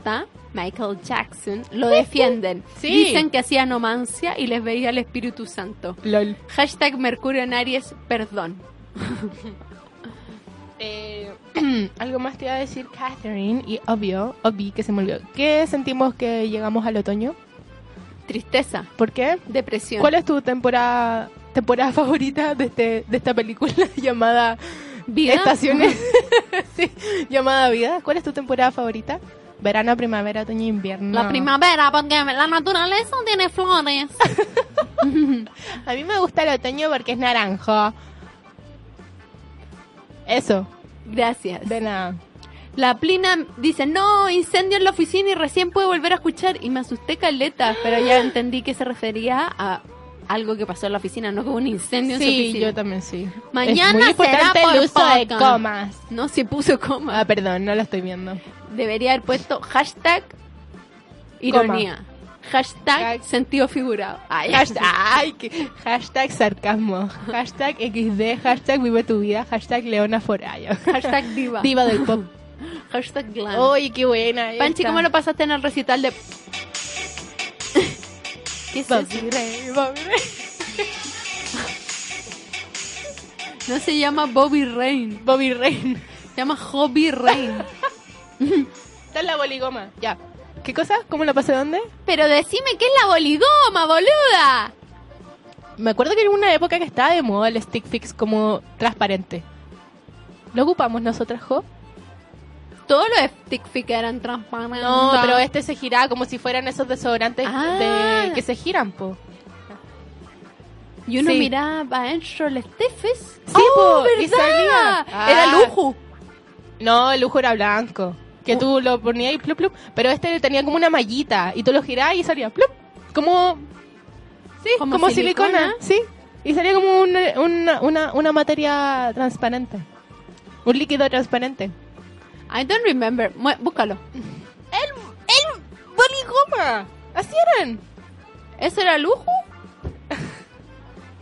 S2: Michael Jackson, lo defienden.
S3: Sí.
S2: Dicen que hacía nomancia y les veía el Espíritu Santo.
S3: LOL.
S2: Hashtag Mercurio en Aries, perdón.
S3: Eh, algo más te iba a decir, Catherine, y obvio, obvi, que se me olvidó. ¿Qué sentimos que llegamos al otoño?
S2: Tristeza,
S3: ¿Por qué?
S2: depresión.
S3: ¿Cuál es tu temporada temporada favorita de, este, de esta película llamada
S2: ¿Vida?
S3: Estaciones? Sí, llamada Vida. ¿Cuál es tu temporada favorita? Verano, primavera, otoño, invierno.
S2: La primavera, porque la naturaleza tiene flores.
S3: A mí me gusta el otoño porque es naranjo. Eso,
S2: Gracias.
S3: de nada.
S2: La Plina dice, no, incendio en la oficina y recién pude volver a escuchar. Y me asusté caleta, pero ya entendí que se refería a algo que pasó en la oficina, no como un incendio en su
S3: Sí,
S2: oficina.
S3: yo también sí.
S2: Mañana
S3: es muy
S2: será
S3: importante
S2: por
S3: el uso de
S2: podcast.
S3: comas.
S2: No se puso coma.
S3: Ah, perdón, no lo estoy viendo.
S2: Debería haber puesto hashtag ironía. Hashtag
S3: Hashtag-
S2: sentido figurado. Ay,
S3: Hashtag, ay, que- hashtag sarcasmo, hashtag XD, hashtag vive tu vida, hashtag Leona Foraya,
S2: hashtag diva.
S3: diva del pop.
S2: Hashtag glam.
S3: Uy, qué buena.
S2: Panchi, ¿cómo lo pasaste en el recital de...? ¿Qué es eso? No se llama Bobby Rain,
S3: Bobby Rain.
S2: se llama Hobby Rain.
S3: Está en la boligoma. Ya. ¿Qué cosa? ¿Cómo lo pasé dónde?
S2: Pero decime qué es la boligoma, boluda.
S3: Me acuerdo que en una época que estaba de moda el stick fix como transparente. ¿Lo ocupamos nosotras, Jo?
S2: Todos los stick figures eran transparentes.
S3: No, pero este se giraba como si fueran esos desodorantes
S2: Ah.
S3: de- que se giran, po.
S2: Y uno
S3: sí.
S2: miraba para adentro el Steffes. ¡Oh,
S3: Sí, po, y
S2: Era
S3: salía. ¡Oh, Ah.
S2: lujo.
S3: No, el lujo era blanco. Que tú lo ponías y plup, plup. Pero este tenía como una mallita. Y tú lo girabas y salía plup. Como. Sí,
S2: Como
S3: como, silicona.
S2: silicona.
S3: Sí. Y salía como un- una, una, una materia transparente. Un líquido transparente.
S2: I don't remember. Mu- Búscalo.
S3: ¡Boligoma! Así eran.
S2: ¿Eso era lujo?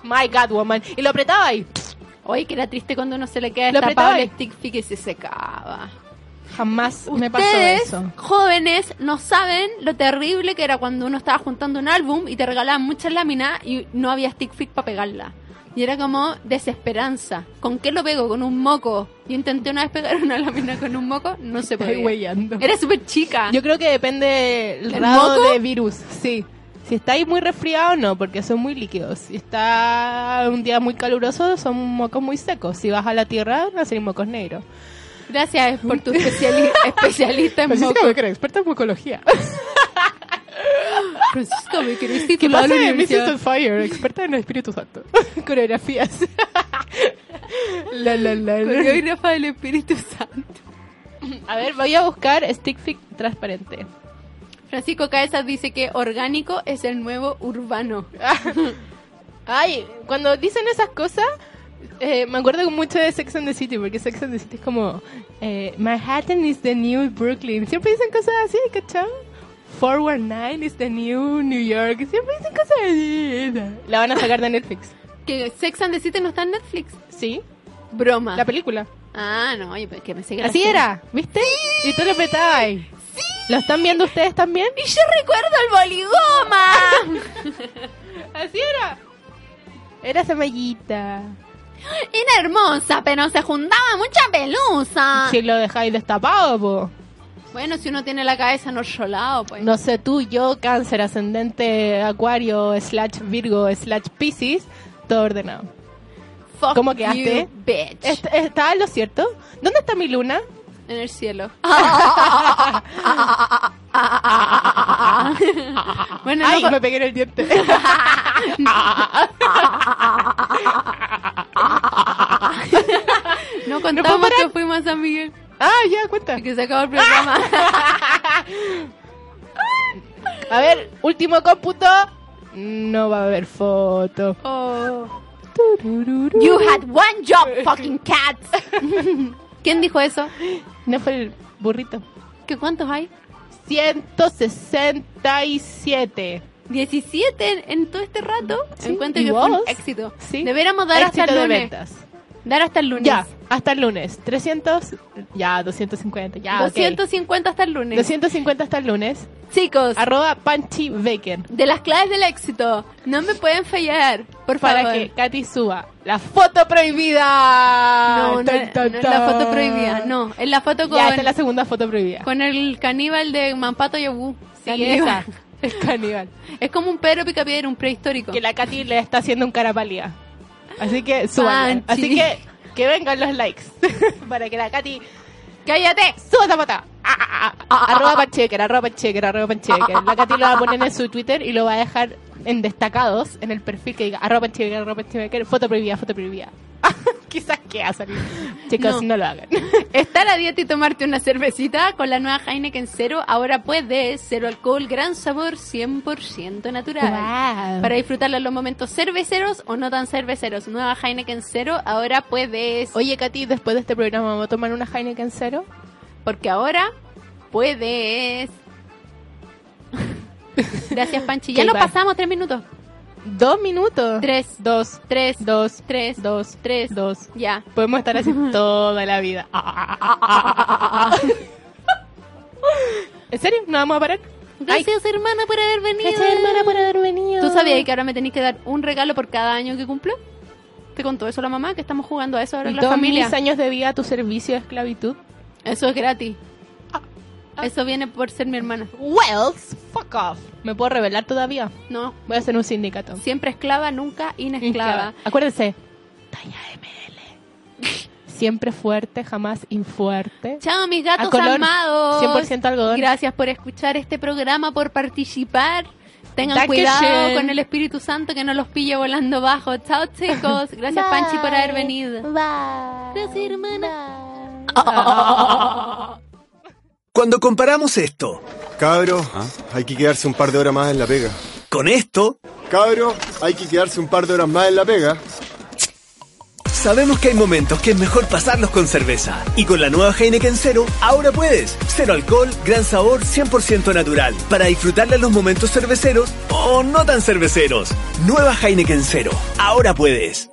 S3: My God, woman. Y lo apretaba ahí.
S2: Oye, que era triste cuando uno se le queda
S3: Lo
S2: destapado
S3: apretaba
S2: el
S3: ahí.
S2: stick figure y se secaba.
S3: Jamás me pasó
S2: Ustedes,
S3: eso.
S2: jóvenes, no saben lo terrible que era cuando uno estaba juntando un álbum y te regalaban muchas láminas y no había stick fit para pegarla. Y era como desesperanza. ¿Con qué lo pego? ¿Con un moco? Yo intenté una vez pegar una lámina con un moco, no se
S3: Estoy
S2: podía.
S3: huellando.
S2: Era súper chica.
S3: Yo creo que depende el
S2: Ah. ¿El
S3: grado
S2: moco?
S3: de virus, sí. Si estáis muy resfriado, no, porque son muy líquidos. Si está un día muy caluroso, son mocos muy secos. Si vas a la tierra, van a ser mocos negros.
S2: Gracias por tu especiali- especialista en moco.
S3: era experta en mucología.
S2: Francisca, me querés
S3: ¿Qué
S2: titular
S3: pasa
S2: en la
S3: de Mrs.
S2: universidad?
S3: on Fire? Experta en Espíritu Santo. Coreografías. la, la, la, la.
S2: Coreógrafa del Espíritu Santo.
S3: A ver, voy a buscar stick fig transparente.
S2: Francisco Caesar dice que orgánico es el nuevo urbano.
S3: Ay, cuando dicen esas cosas, Eh, me acuerdo mucho de Sex and the City, porque Sex and the City es como eh, Manhattan is the new Brooklyn. Siempre dicen cosas así, ¿cachai? 419 is the new New York. Siempre dicen cosas así. La van a sacar de Netflix.
S2: Que Sex and the City no está en Netflix.
S3: Sí,
S2: Broma.
S3: la película.
S2: ah, no, yo pe- que me sigue
S3: Así era, ¿viste? Y tú lo petabas ahí. ¿Lo están viendo ustedes también?
S2: Y yo recuerdo el boligoma.
S3: Así era. Era semellita.
S2: era hermosa, pero se juntaba mucha pelusa.
S3: Si lo dejáis destapado, po.
S2: Bueno, si uno tiene la cabeza en otro lado, pues.
S3: No sé tú, yo, cáncer, ascendente, acuario, slash virgo, slash piscis, todo ordenado.
S2: Fuck
S3: ¿Cómo
S2: you,
S3: quedaste? Eh.
S2: bitch.
S3: Est- ¿Está en lo cierto? ¿Dónde está mi luna?
S2: En el cielo. bueno,
S3: Ay,
S2: no,
S3: me pegué en el diente.
S2: no
S3: no puedo
S2: contamos
S3: parar.
S2: que fuimos a San Miguel.
S3: ah, ya, cuenta.
S2: Que se acabó el programa.
S3: A ver, último cómputo. No va a haber foto.
S2: Oh.
S3: Turururu.
S2: You had one job, fucking cat. ¿Quién dijo eso?
S3: No fue el burrito.
S2: ¿Qué cuántos hay?
S3: 167.
S2: 17 en, en todo este rato.
S3: Sí,
S2: Encuentro
S3: ¿y
S2: que fue
S3: vos?
S2: un éxito.
S3: Sí.
S2: Deberíamos dar
S3: Éxito
S2: hasta el
S3: de
S2: lunes.
S3: ventas.
S2: Dar hasta el lunes.
S3: Ya, hasta el lunes. 300, ya, 250, ya, ok.
S2: 250 hasta el lunes.
S3: 250 hasta el lunes.
S2: Chicos,
S3: Arroba Panchi Baker.
S2: de las claves del éxito, no me pueden fallar, por
S3: Para
S2: favor.
S3: que Katy suba la foto prohibida.
S2: No, no,
S3: Tan, tan,
S2: no es la foto
S3: tan.
S2: prohibida, no, es la foto con,
S3: Ya, esta es la segunda foto prohibida.
S2: con el caníbal de Mampato Yabú.
S3: Sí,
S2: Caníbal.
S3: esa. El caníbal.
S2: Es como un Pedro Picapiedra, un prehistórico.
S3: Que la Katy le está haciendo un cara pálida. Así que suban.
S2: Panchi.
S3: Así que que vengan los likes. Para que la Katy
S2: ¡Cállate!
S3: suba esa foto. Ah, ah, ah. Arroba Panchecker, arroba Panchecker, arroba Panchecker. La Katy lo va a poner en su Twitter y lo va a dejar en destacados en el perfil que diga arroba Panchecker, arroba Panchecker, foto prohibida, foto prohibida. Quizás que hacen. Chicos,
S2: No.
S3: no. lo hagan.
S2: Estar a dieta y tomarte una cervecita con la nueva Heineken Cero. Ahora puedes. Cero alcohol, gran sabor, 100% natural. Para disfrutarla en los momentos cerveceros o no tan cerveceros. Nueva Heineken Cero. Ahora puedes.
S3: Oye, Katy, después de este programa, ¿vamos a tomar una Heineken cero?
S2: Porque ahora puedes. Gracias, Panchi. Ya
S3: Ok,
S2: nos
S3: bye.
S2: pasamos tres minutos.
S3: Dos minutos.
S2: Tres.
S3: Dos.
S2: Tres.
S3: Dos.
S2: Tres.
S3: Dos.
S2: Tres.
S3: Dos.
S2: Ya.
S3: Podemos estar así toda la vida. ah, ¿En serio? ¿No vamos a parar?
S2: Gracias, hermana, por haber venido.
S3: por haber venido.
S2: ¿Tú sabías que ahora me tenéis que dar un regalo por cada año que cumplo? ¿Te contó eso la mamá? Que estamos jugando a eso ahora en la
S3: Dos
S2: familia.
S3: mil años de vida a tu servicio de esclavitud.
S2: Eso es gratis. Eso viene por ser mi hermana.
S3: Wells, fuck off. ¿Me puedo revelar todavía?
S2: No.
S3: Voy a hacer un sindicato.
S2: Siempre esclava, nunca inesclava.
S3: Acuérdense. Talla ML. Siempre fuerte, jamás infuerte.
S2: Chao, mis gatos
S3: A color,
S2: amados.
S3: 100% algodón.
S2: Gracias por escuchar este programa, por participar. Tengan
S3: Danke
S2: cuidado
S3: schön.
S2: con el Espíritu Santo que no los pille volando bajo. Chao, chicos. Gracias, Panchi, por haber venido. Gracias, hermana.
S7: Cuando comparamos esto
S8: Cabro, hay que quedarse un par de horas más en la pega.
S7: con esto,
S8: Cabro, hay que quedarse un par de horas más en la pega.
S7: sabemos que hay momentos que es mejor pasarlos con cerveza. Y con la nueva Heineken Cero, ahora puedes. Cero alcohol, gran sabor, 100% natural. Para disfrutarla en los momentos cerveceros o no tan cerveceros. Nueva Heineken Cero, ahora puedes.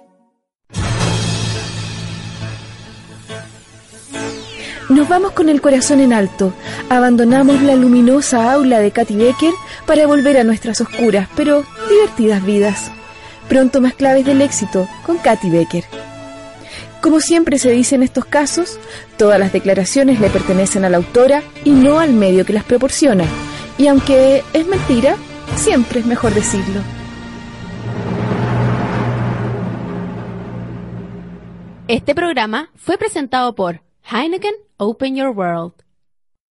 S9: Nos vamos con el corazón en alto. Abandonamos la luminosa aula de Katy Becker para volver a nuestras oscuras, pero divertidas vidas. Pronto más claves del éxito con Katy Becker. Como siempre se dice en estos casos, todas las declaraciones le pertenecen a la autora y no al medio que las proporciona. Y aunque es mentira, siempre es mejor decirlo.
S2: Este programa fue presentado por Heineken Open Your World.